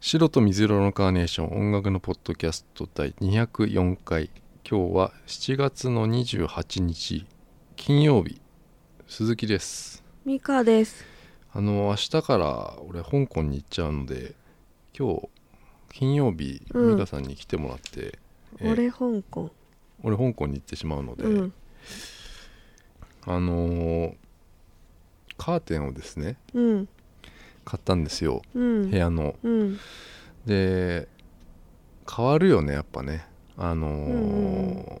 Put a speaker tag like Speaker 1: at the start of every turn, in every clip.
Speaker 1: 白と水色のカーネーション音楽のポッドキャスト第204回今日は7月の28日金曜日鈴木です
Speaker 2: ミカです。
Speaker 1: あの明日から俺香港に行っちゃうので今日金曜日
Speaker 2: うん
Speaker 1: 美香さんに来てもらって、えー
Speaker 2: 俺香港。
Speaker 1: 俺香港に行ってしまうので、
Speaker 2: うん。
Speaker 1: あのーカーテンをですね
Speaker 2: うん。
Speaker 1: 買ったんですよ
Speaker 2: うん
Speaker 1: 部。屋の
Speaker 2: うん。
Speaker 1: で変わるよねやっぱねあのー
Speaker 2: うん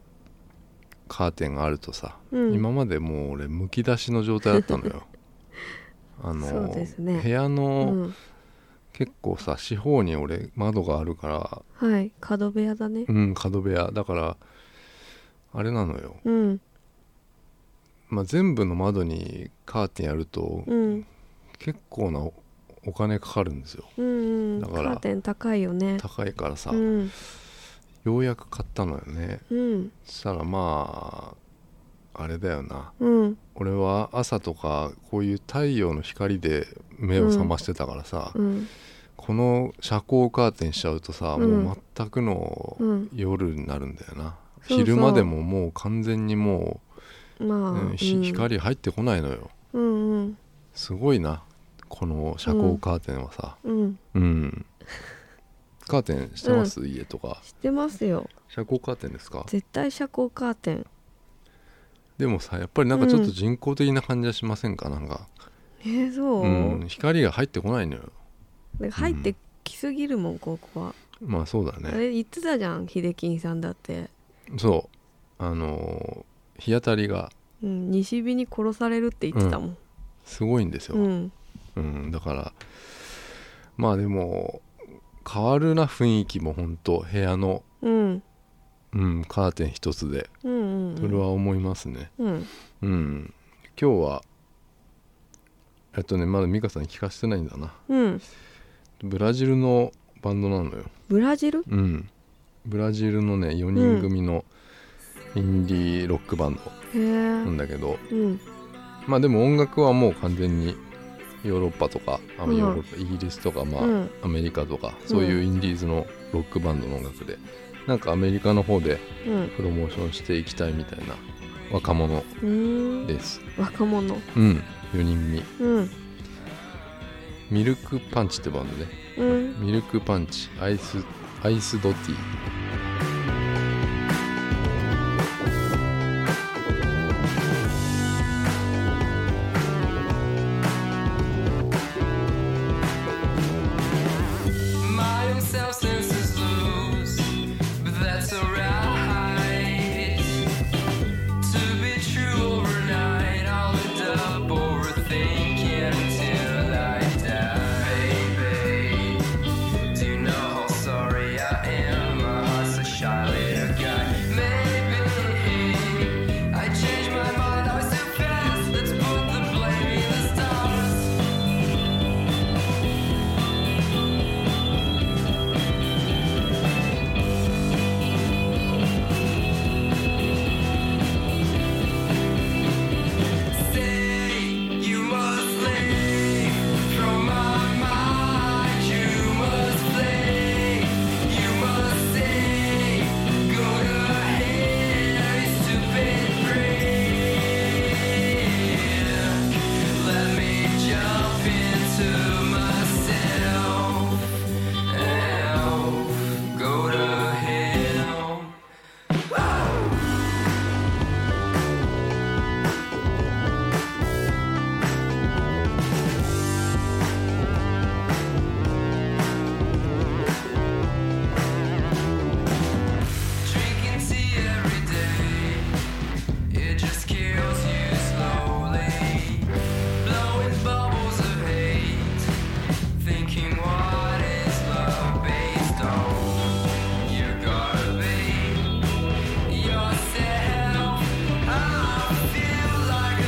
Speaker 1: カーテンがあるとさ、
Speaker 2: うん。
Speaker 1: 今までもう俺むき出しの状態だったの よあのー
Speaker 2: そうですね
Speaker 1: 部屋の、
Speaker 2: うん。
Speaker 1: 結構さ四方に俺窓があるから
Speaker 2: はい。角部屋だね
Speaker 1: う。ん角部屋だからあれなのよ、
Speaker 2: うん。
Speaker 1: まあ、全部の窓にカーテンやると
Speaker 2: うん。
Speaker 1: 結構なおお金かかるんですよ
Speaker 2: うん。うん。カ
Speaker 1: だから
Speaker 2: ーテン高いよね。
Speaker 1: 高いからさ、
Speaker 2: うん。
Speaker 1: ようやく買ったのよね
Speaker 2: うん。
Speaker 1: そしたらまああれだよな
Speaker 2: うん。
Speaker 1: 俺は朝とかこういう太陽の光で目を覚ましてたからさ、
Speaker 2: うん。
Speaker 1: この遮光カーテンしちゃうとさ、
Speaker 2: うん
Speaker 1: もう全くの
Speaker 2: うん
Speaker 1: 夜になるんだよな、
Speaker 2: そうそう
Speaker 1: 昼間でももう完全にもう、
Speaker 2: ま
Speaker 1: うん
Speaker 2: あ。
Speaker 1: ひ
Speaker 2: うん。
Speaker 1: 光入ってこないのよ
Speaker 2: うん。うん。
Speaker 1: すごいなこの遮光カーテンはさ
Speaker 2: うん。
Speaker 1: うん、カーテンしてます、家とか
Speaker 2: 知ってますよ。
Speaker 1: 遮光カーテンですか
Speaker 2: 絶対遮光カーテン。
Speaker 1: でもさやっぱりなんかちょっと人工的な感じはしませんかなんか、
Speaker 2: えー、そうう。
Speaker 1: ん、光が入ってこないのよ
Speaker 2: なんか入ってきすぎるもん、ここは。
Speaker 1: まあそうだ
Speaker 2: あ
Speaker 1: ね
Speaker 2: れ言ってたじゃん、秀樹さんだって。
Speaker 1: そうあのー日当たりが
Speaker 2: うん。西日に殺されるって言ってたもん。
Speaker 1: すごいんですよ、
Speaker 2: うん。
Speaker 1: うん、だからまあでも変わるな雰囲気も本当部屋の、
Speaker 2: うん。
Speaker 1: うん、カーテン一つで
Speaker 2: うん。うん。
Speaker 1: それは思いますね
Speaker 2: うん。
Speaker 1: うん、今日はえっとねまだ美香さんに聞かせてないんだな
Speaker 2: うん。
Speaker 1: ブラジルのバンドなのよ
Speaker 2: ブラジル
Speaker 1: うんブラジルのね4人組のインディーロックバン
Speaker 2: へ
Speaker 1: ド
Speaker 2: え。
Speaker 1: なんだけど、
Speaker 2: うん。
Speaker 1: まあでも音楽はもう完全にヨーロッパとかあ
Speaker 2: うん
Speaker 1: ヨーロッパイギリスとかまあ、
Speaker 2: うん。
Speaker 1: アメリカとかそういうインディーズのロックバンドの音楽で、なんかアメリカの方で
Speaker 2: うん。
Speaker 1: プロモーションしていきたいみたいな若者
Speaker 2: うーん。
Speaker 1: です
Speaker 2: 若者。
Speaker 1: うん4人組
Speaker 2: うん。
Speaker 1: ミルクパンチってバンドね
Speaker 2: うん。
Speaker 1: ミルクパンチアイスアイスドティー
Speaker 3: My own self-senses loose, but that's alright. To be true overnight, I'll end up overthinking until I die, babe. Do you know how sorry I am? My heart uh,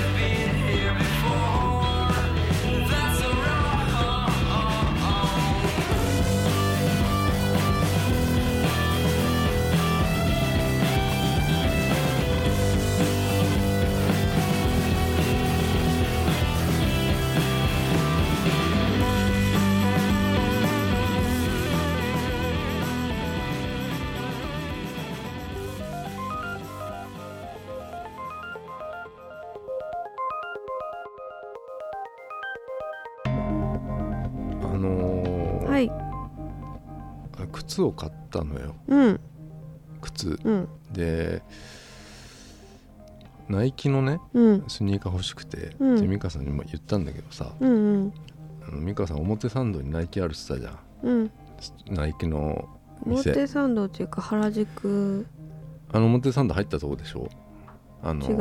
Speaker 2: はい
Speaker 1: あ靴を買ったのよ
Speaker 2: うん
Speaker 1: 靴
Speaker 2: うん
Speaker 1: でナイキのね
Speaker 2: うん
Speaker 1: スニーカー欲しくて、
Speaker 2: うん
Speaker 1: で美香さんにも言ったんだけどさ
Speaker 2: うんうん
Speaker 1: あの美香さん表参道にナイキあるって言ってたじ
Speaker 2: うん
Speaker 1: ゃんナイキの店
Speaker 2: 表参道っていうか原宿
Speaker 1: あの表参道入ったとこでしょあの
Speaker 2: 違う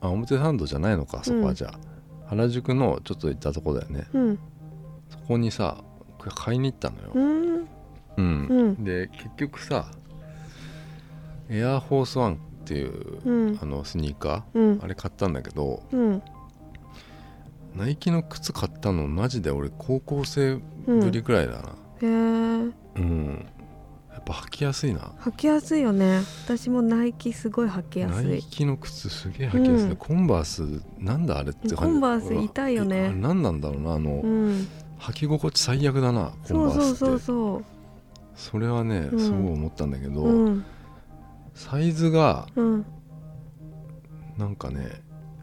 Speaker 1: あ表参道じゃないのかそこ
Speaker 2: う
Speaker 1: は
Speaker 2: ん
Speaker 1: じゃあ、原宿のちょっと行ったとこだよね
Speaker 2: うん
Speaker 1: そこにさ買いに行ったのよ
Speaker 2: うん
Speaker 1: うん、
Speaker 2: うん
Speaker 1: で結局さエアフォースワンっていう、
Speaker 2: うん
Speaker 1: あのスニーカ
Speaker 2: うん
Speaker 1: ーあれ買ったんだけど
Speaker 2: うん
Speaker 1: ナイキの靴買ったのマジで俺高校生
Speaker 2: うん
Speaker 1: ぶりくらいだな
Speaker 2: へえ
Speaker 1: うん、やっぱ履きやすいな
Speaker 2: 履きやすいよね私もナイキすごい履きや
Speaker 1: ナ
Speaker 2: す
Speaker 1: イ
Speaker 2: い
Speaker 1: キの靴すげえ履きやすい、
Speaker 2: うん
Speaker 1: コンバースなんだあれって感じ
Speaker 2: コンバース痛いよね
Speaker 1: あれ何なんだろうなあの、
Speaker 2: うん
Speaker 1: 履き心地最悪だなコン
Speaker 2: そ
Speaker 1: バ
Speaker 2: う
Speaker 1: ースって
Speaker 2: そ
Speaker 1: そう
Speaker 2: そうそ
Speaker 1: れはね、
Speaker 2: うん
Speaker 1: すごい思ったんだけど、
Speaker 2: ううん
Speaker 1: サイズが
Speaker 2: うん
Speaker 1: なんかね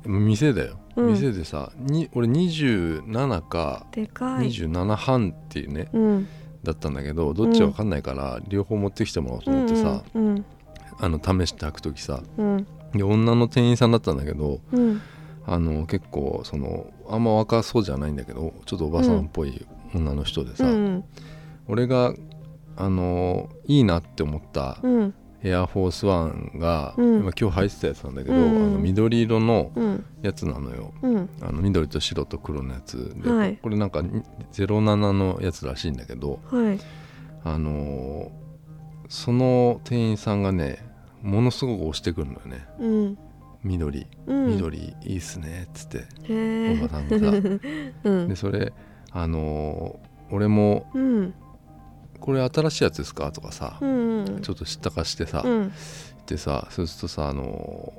Speaker 1: 店だよ、
Speaker 2: うん
Speaker 1: 店でさに俺27か
Speaker 2: でかい
Speaker 1: 27半っていうね
Speaker 2: うん
Speaker 1: だったんだけどどっちか分かんないから両方持ってきてもらおうと思ってさ、
Speaker 2: うん
Speaker 1: あの試して履く時さ
Speaker 2: うん
Speaker 1: で女の店員さんだったんだけど
Speaker 2: うん
Speaker 1: あの結構そのあんま若そうじゃないんだけどちょっとおばさんっぽい女の人で
Speaker 2: う
Speaker 1: さ、
Speaker 2: ん
Speaker 1: 俺があのいいなって思った
Speaker 2: うん
Speaker 1: エアフォースワンが、
Speaker 2: う
Speaker 1: 今
Speaker 2: ん
Speaker 1: 今日履いてたやつなんだけど、
Speaker 2: うんうん
Speaker 1: あの緑色の
Speaker 2: うん
Speaker 1: やつなのよ
Speaker 2: うん
Speaker 1: あの緑と白と黒のやつで、
Speaker 2: はい
Speaker 1: これなんかに07のやつらしいんだけど
Speaker 2: はい
Speaker 1: あのーその店員さんがねものすごく押してくるのよね
Speaker 2: うん
Speaker 1: 緑
Speaker 2: うん
Speaker 1: 緑いいっすねっつって、
Speaker 2: へえ
Speaker 1: おばさんがさ
Speaker 2: うん
Speaker 1: でそれあのー俺も
Speaker 2: うん
Speaker 1: 「これ新しいやつですか?」とかさ、
Speaker 2: うん
Speaker 1: ちょっと知ったかしてさ、
Speaker 2: うん
Speaker 1: でさそうするとさあの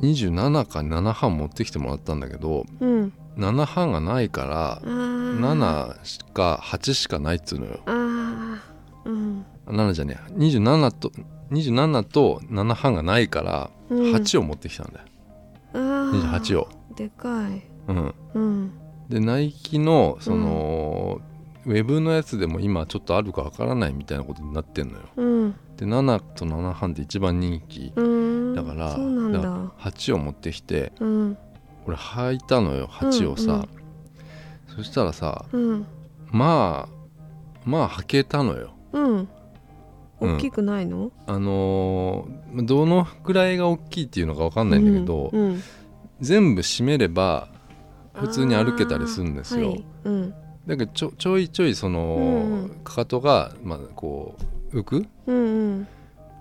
Speaker 1: 27か7半持ってきてもらったんだけど
Speaker 2: うん
Speaker 1: 7半がないから
Speaker 2: あー
Speaker 1: 7しか8しかないっつうのよ
Speaker 2: あーうん
Speaker 1: 7じゃねえ27と27と7半がないから
Speaker 2: うん
Speaker 1: 8を持ってきたんだよ、
Speaker 2: あー
Speaker 1: 28を
Speaker 2: でかい
Speaker 1: うん
Speaker 2: うん
Speaker 1: でナイキのその、ウェブのやつでも今ちょっとあるかわからないみたいなことになってんのよ
Speaker 2: うん
Speaker 1: で7と7半って一番人気
Speaker 2: うん
Speaker 1: だから
Speaker 2: そうなんだ
Speaker 1: だか8を持ってきて
Speaker 2: うん
Speaker 1: 俺履いたのよ8をさ、
Speaker 2: うんうん
Speaker 1: そしたらさ
Speaker 2: うん
Speaker 1: まあまあ履けたのよ
Speaker 2: うん
Speaker 1: うん
Speaker 2: 大きくないの
Speaker 1: あのーどのくらいが大きいっていうのか分かんないんだけど、
Speaker 2: うんうん
Speaker 1: 全部閉めれば普通に歩けたりするんですよ、
Speaker 2: はいうん
Speaker 1: だけどちょちょいちょいその、
Speaker 2: うんうん
Speaker 1: かかとが、まあ、こう浮く
Speaker 2: うん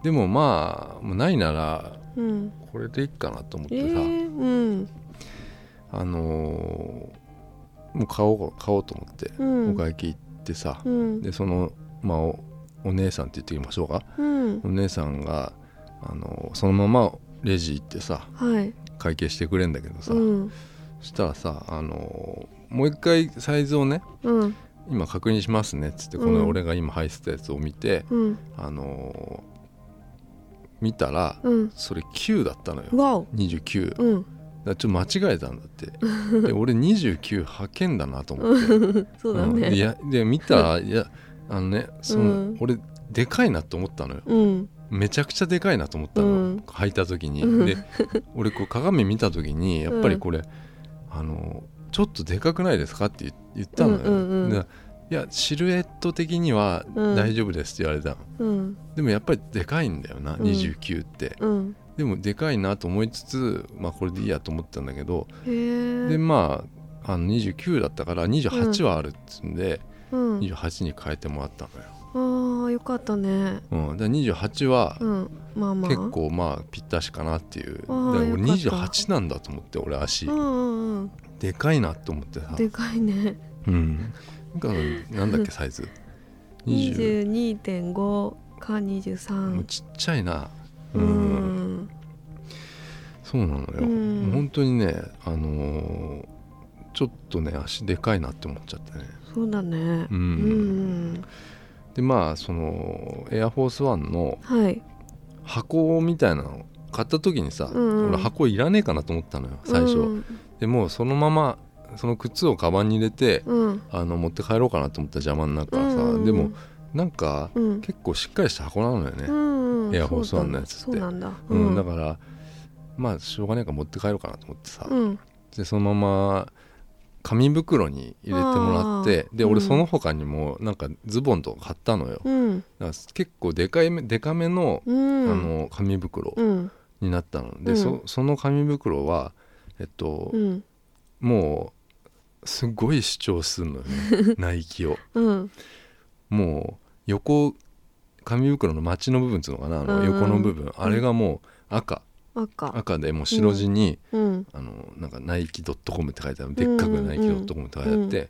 Speaker 1: でもまあもうないなら
Speaker 2: うんうん
Speaker 1: これでいいかなと思っ
Speaker 2: え
Speaker 1: てさ、
Speaker 2: ーうん
Speaker 1: あのーもう買おう買おうと思って、
Speaker 2: うん
Speaker 1: お会計行ってさ、
Speaker 2: うん
Speaker 1: でその、まあ、おお姉さんって言ってみましょうか
Speaker 2: うん
Speaker 1: お姉さんがあのそのままレジ行ってさ
Speaker 2: はい
Speaker 1: 会計してくれんだけどさ、
Speaker 2: うん
Speaker 1: そしたらさあのもう一回サイズをね
Speaker 2: うん
Speaker 1: 今確認しますねっつってこ
Speaker 2: う
Speaker 1: の
Speaker 2: ん
Speaker 1: 俺が今入ってたやつを見て、
Speaker 2: うん
Speaker 1: あの見たら
Speaker 2: うん
Speaker 1: それ9だったのよ
Speaker 2: わお
Speaker 1: 29だか
Speaker 2: うん
Speaker 1: らちょっと間違えたんだって で俺29派遣だなと思って
Speaker 2: そうだ
Speaker 1: うんでい
Speaker 2: ね
Speaker 1: やで見たら いやあのねその、
Speaker 2: うん
Speaker 1: 俺でかいなと思ったのよ
Speaker 2: うん
Speaker 1: めちゃくちゃでかいなと思ったの、
Speaker 2: うん
Speaker 1: 履いた時に、
Speaker 2: うん
Speaker 1: で俺こう鏡見た時にやっぱりこれ、あのちょっとでかくないですかって言言ったのよ、
Speaker 2: うんうんうん
Speaker 1: でいやシルエット的には
Speaker 2: うん
Speaker 1: 大丈夫ですって言われたの、
Speaker 2: うん
Speaker 1: でもやっぱりでかいんだよな、
Speaker 2: うん
Speaker 1: 29って
Speaker 2: うん
Speaker 1: でもでかいなと思いつつまあこれでいいやと思ったんだけど、
Speaker 2: へえ
Speaker 1: でまああの29だったから28はあるっつうんで、
Speaker 2: うん
Speaker 1: 28に変えてもらったのよ、
Speaker 2: ああよかったね
Speaker 1: うん、だから28は
Speaker 2: うんまあまあ
Speaker 1: 結構まあぴったしかなっていうだ
Speaker 2: あ
Speaker 1: から
Speaker 2: ー
Speaker 1: 俺
Speaker 2: よかった
Speaker 1: 28なんだと思って俺足
Speaker 2: うんうんうん
Speaker 1: でかいなと思ってさ
Speaker 2: でかいね
Speaker 1: うんなんかなんだっけサイズ20
Speaker 2: 22.5か
Speaker 1: もう
Speaker 2: 23
Speaker 1: ちっちゃいなう、
Speaker 2: うんん
Speaker 1: そうなのよ、
Speaker 2: うん
Speaker 1: 本当にねあのーちょっとね足でかいなって思っちゃったね
Speaker 2: そうだね
Speaker 1: うん
Speaker 2: うん
Speaker 1: でまあそのエアフォースワンの
Speaker 2: はい
Speaker 1: 箱みたいなの買った時にさ、
Speaker 2: うんうん
Speaker 1: 俺箱いらねえかなと思ったのよ最初、
Speaker 2: うん
Speaker 1: でもうそのままその靴をカバンに入れて
Speaker 2: うん
Speaker 1: あの持って帰ろうかなと思ったら邪魔になるからさ、
Speaker 2: うん
Speaker 1: でもなんか、
Speaker 2: うん
Speaker 1: 結構しっかりした箱なのよね、
Speaker 2: うんうん
Speaker 1: エアホースワンのやつって
Speaker 2: そうなんだ
Speaker 1: う
Speaker 2: うんん
Speaker 1: だからまあしょうがないから持って帰ろうかなと思ってさ、
Speaker 2: うん
Speaker 1: でそのまま紙袋に入れてもらって
Speaker 2: あー
Speaker 1: で俺
Speaker 2: うん
Speaker 1: その他にもなんかズボンとか買ったのよ、
Speaker 2: うん
Speaker 1: だから結構でかいめでかめの,、
Speaker 2: うん
Speaker 1: あの紙袋
Speaker 2: うん
Speaker 1: になったので、
Speaker 2: うん
Speaker 1: そその紙袋はえっと、
Speaker 2: うん
Speaker 1: もうすごい主張するのよ ねナイキを
Speaker 2: うん
Speaker 1: もう横紙袋のマチの部分っていうのかなあの
Speaker 2: うん
Speaker 1: 横の部分あれがもう赤
Speaker 2: 赤
Speaker 1: 赤でもう白地に、
Speaker 2: うん
Speaker 1: あのなんかナイキ .com って書いてあるでっかくナイキ .com って書いてあって、
Speaker 2: うんうん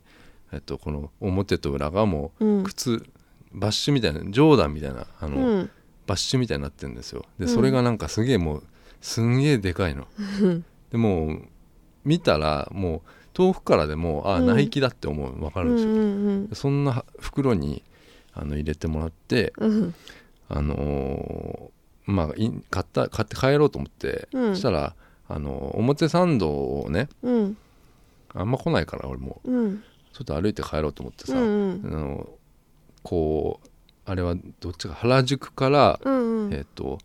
Speaker 1: えっと、この表と裏がも
Speaker 2: うん
Speaker 1: う靴バッシュみたいなジョーダンみたいなあの、
Speaker 2: うん
Speaker 1: バッシュみたいになってるんですよで
Speaker 2: うん
Speaker 1: それがなんかすげえもうすんげえでかいのでもう見たらもう遠くからでもああ
Speaker 2: うん
Speaker 1: ナイキだって思うわか
Speaker 2: う
Speaker 1: るん
Speaker 2: ん
Speaker 1: ですよ、
Speaker 2: う
Speaker 1: そ
Speaker 2: ん
Speaker 1: んな袋にあの入れてもらって
Speaker 2: うん
Speaker 1: あのーまあい買った買って帰ろうと思って、
Speaker 2: うん
Speaker 1: そしたら、あのー表参道をね
Speaker 2: うん
Speaker 1: あんま来ないから俺も
Speaker 2: うん
Speaker 1: ちょっと歩いて帰ろうと思ってさ、
Speaker 2: うん
Speaker 1: あのーこうあれはどっちか原宿から、
Speaker 2: うんうん
Speaker 1: えっ、と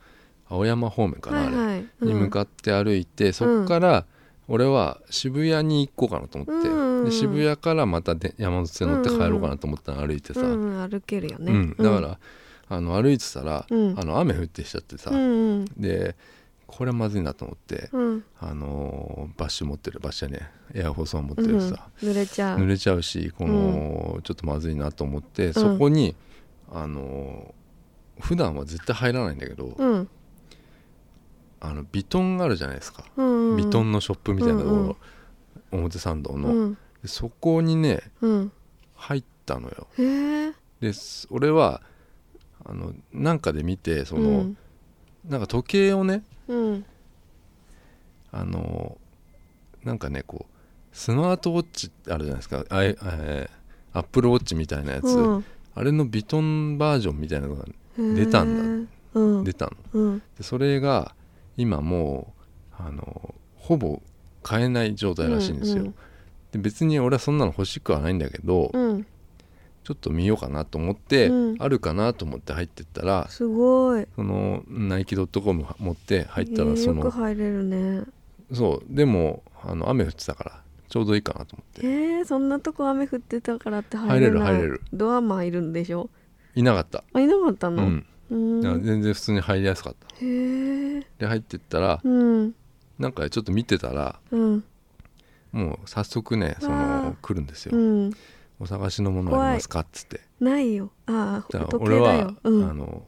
Speaker 1: 青山方面かな、あれ
Speaker 2: はいはいうん
Speaker 1: に向かって歩いて、そこから俺は渋谷に行こうかなと思って、
Speaker 2: うんうんうん
Speaker 1: で渋谷からまたで山手線乗って帰ろうかなと思ったら歩いてさ、
Speaker 2: うんうん歩けるよね
Speaker 1: うん、だから、あの歩いてたら、
Speaker 2: うん
Speaker 1: あの雨降ってきちゃってさ、
Speaker 2: うん
Speaker 1: でこれはまずいなと思って、
Speaker 2: うん
Speaker 1: あのーバッシュ持ってるバッシュやねエアホースワン持って
Speaker 2: う
Speaker 1: る
Speaker 2: ん
Speaker 1: しさ、
Speaker 2: 濡れちゃ
Speaker 1: 濡
Speaker 2: う
Speaker 1: れちゃうしこの、ちょっとまずいなと思って、そこにあのー普段は絶対入らないんだけど、
Speaker 2: うん
Speaker 1: あのビトンがあるじゃないですか、
Speaker 2: うん
Speaker 1: ビトンのショップみたいなところ、
Speaker 2: うんうん
Speaker 1: 表参道の、
Speaker 2: うん
Speaker 1: でそこにね
Speaker 2: うん
Speaker 1: 入ったのよ
Speaker 2: へえ
Speaker 1: で俺はあのなんかで見てその、
Speaker 2: うん
Speaker 1: なんか時計をね
Speaker 2: うん
Speaker 1: あのなんかねこうスマートウォッチってあるじゃないですかあいえーアップルウォッチみたいなやつ、
Speaker 2: うん
Speaker 1: あれのビトンバージョンみたいなのが
Speaker 2: へえ
Speaker 1: 出たん
Speaker 2: うん
Speaker 1: 出たの、
Speaker 2: うん
Speaker 1: でそれが今もうあのほぼ買えない状態らしいんですよ、
Speaker 2: うんうん
Speaker 1: で別に俺はそんなの欲しくはないんだけど、
Speaker 2: うん
Speaker 1: ちょっと見ようかなと思って、
Speaker 2: うん
Speaker 1: あるかなと思って入ってったら
Speaker 2: すごい
Speaker 1: そのナイキ .com 持って入ったら
Speaker 2: えー
Speaker 1: そ
Speaker 2: よく
Speaker 1: の
Speaker 2: 入れるね
Speaker 1: そうでもあの雨降ってたからちょうどいいかなと思って
Speaker 2: えー、そんなとこ雨降ってたからって入れない
Speaker 1: 入れる入れる
Speaker 2: ドアマンいるんでしょ
Speaker 1: いなかった
Speaker 2: あいなかった
Speaker 1: う
Speaker 2: の
Speaker 1: ん、
Speaker 2: うん
Speaker 1: だから全然普通に入りやすかった
Speaker 2: へえ
Speaker 1: で入ってったら
Speaker 2: うん
Speaker 1: なんかちょっと見てたら
Speaker 2: うん
Speaker 1: もう早速ねそ
Speaker 2: わ
Speaker 1: の
Speaker 2: あ
Speaker 1: 来るんですよ、
Speaker 2: うん
Speaker 1: お探しのものありますか?」っつって
Speaker 2: ないよあ
Speaker 1: だから
Speaker 2: あ時
Speaker 1: 俺
Speaker 2: 計だ
Speaker 1: は
Speaker 2: よ、、うん、
Speaker 1: あの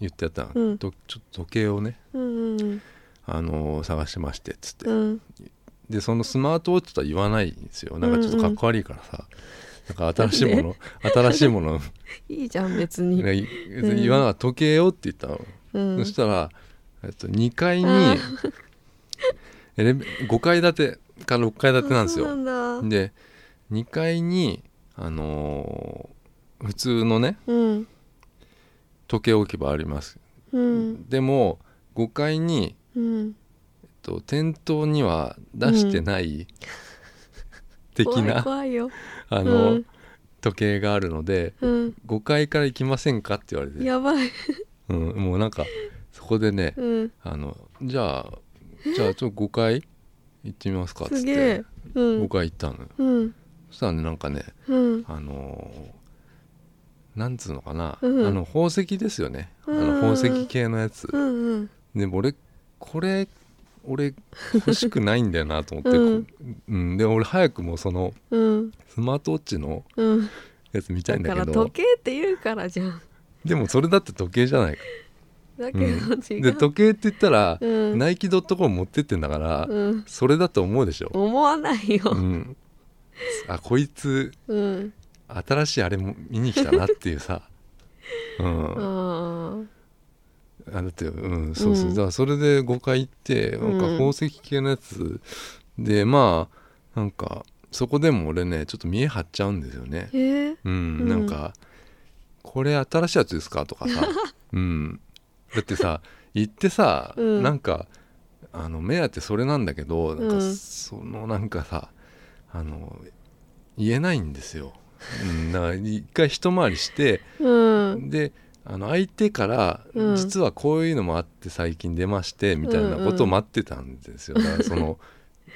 Speaker 1: 言ってやったの、
Speaker 2: うん
Speaker 1: とちょっと時計をね
Speaker 2: うんうん
Speaker 1: あの探してましてっつって、
Speaker 2: うん
Speaker 1: でそのスマートウォッチとは言わないんですよなんかちょっとかっこ悪いからさ、なんか新しいもの 新しいもの
Speaker 2: いいじゃん別
Speaker 1: い
Speaker 2: に、
Speaker 1: やい言わなかった時計をって言ったの、
Speaker 2: うん、
Speaker 1: そしたら、えっと、2階に
Speaker 2: あー
Speaker 1: エレベ5階建てか6階建てなんです
Speaker 2: あそ
Speaker 1: よ
Speaker 2: うなんだ
Speaker 1: で2階にあのー普通のね
Speaker 2: うん
Speaker 1: 時計置き場あります、
Speaker 2: うん
Speaker 1: でも5階に、
Speaker 2: うん
Speaker 1: えっと、店頭には出してない、 的
Speaker 2: 怖い
Speaker 1: な
Speaker 2: 怖いよ
Speaker 1: あの、
Speaker 2: うん
Speaker 1: 時計があるので
Speaker 2: うん
Speaker 1: 5階から行きませんかって言われて、
Speaker 2: やばい
Speaker 1: うん、もうなんかそこでね、
Speaker 2: うん
Speaker 1: あのじゃあじゃあちょっと5階行ってみますかっつっ
Speaker 2: すげ
Speaker 1: て
Speaker 2: えう
Speaker 1: 5
Speaker 2: ん
Speaker 1: 階行ったのよ
Speaker 2: うん
Speaker 1: そしたらねなんかね
Speaker 2: うん
Speaker 1: あのーなんつうのかな、
Speaker 2: うん
Speaker 1: あの宝石ですよねあ
Speaker 2: うん
Speaker 1: の宝石系のやつ、
Speaker 2: うんうん
Speaker 1: でも俺これ俺欲しくないんだよなと思って、
Speaker 2: うん
Speaker 1: うんで俺早くもうその
Speaker 2: うん
Speaker 1: スマートウォッチの
Speaker 2: うん
Speaker 1: やつ見たいん
Speaker 2: だ
Speaker 1: だ
Speaker 2: か
Speaker 1: け
Speaker 2: ら
Speaker 1: ど
Speaker 2: 時計って言うからじゃん
Speaker 1: でもそれだって時計じゃないか
Speaker 2: だけど違う、
Speaker 1: で時計って言ったら、
Speaker 2: うん
Speaker 1: ナイキ .com 持ってってんだから、
Speaker 2: うん、
Speaker 1: それだと思うでしょ、
Speaker 2: 思わないよ
Speaker 1: う、ん、あこいつ
Speaker 2: うん、
Speaker 1: 新しいあれも見に来たなっていうさ、うん、あだ
Speaker 2: あ
Speaker 1: ってうんそうそう、
Speaker 2: うん
Speaker 1: だからそれで5回行ってなんか
Speaker 2: うん
Speaker 1: 宝石系のやつでまあなんかそこでも俺ねちょっと見え張っちゃうんですよね
Speaker 2: ーへえ
Speaker 1: うん、
Speaker 2: うん
Speaker 1: なんか「これ新しいやつですか?」とか さ、うん、だってさ行ってさ、
Speaker 2: うん
Speaker 1: なんかあの目当てそれなんだけどなん
Speaker 2: う
Speaker 1: か
Speaker 2: ん
Speaker 1: そのなんかさあの言えないんですよ、うん、だから一回一回りして
Speaker 2: うん
Speaker 1: であの相手から、
Speaker 2: うん
Speaker 1: 実はこういうのもあって最近出ましてみたいなことを待ってたんですよ、だからその、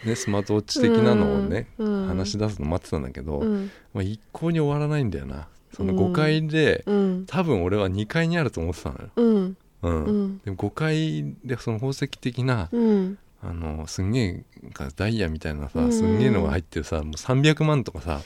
Speaker 1: ね、スマートウォッチ的なのをね、
Speaker 2: うん
Speaker 1: 話し出すの待ってたんだけど、
Speaker 2: うん
Speaker 1: まあ、一向に終わらないんだよなその
Speaker 2: う
Speaker 1: 5
Speaker 2: ん
Speaker 1: 階で、
Speaker 2: うん
Speaker 1: 多分俺は2階にあると思ってたのよ、
Speaker 2: うん
Speaker 1: うん
Speaker 2: うん
Speaker 1: でも5階でその宝石的な、
Speaker 2: うん
Speaker 1: あのすんげえなんかダイヤみたいな
Speaker 2: う
Speaker 1: さ
Speaker 2: ん
Speaker 1: すんげえのが入ってるさもう300万とか さ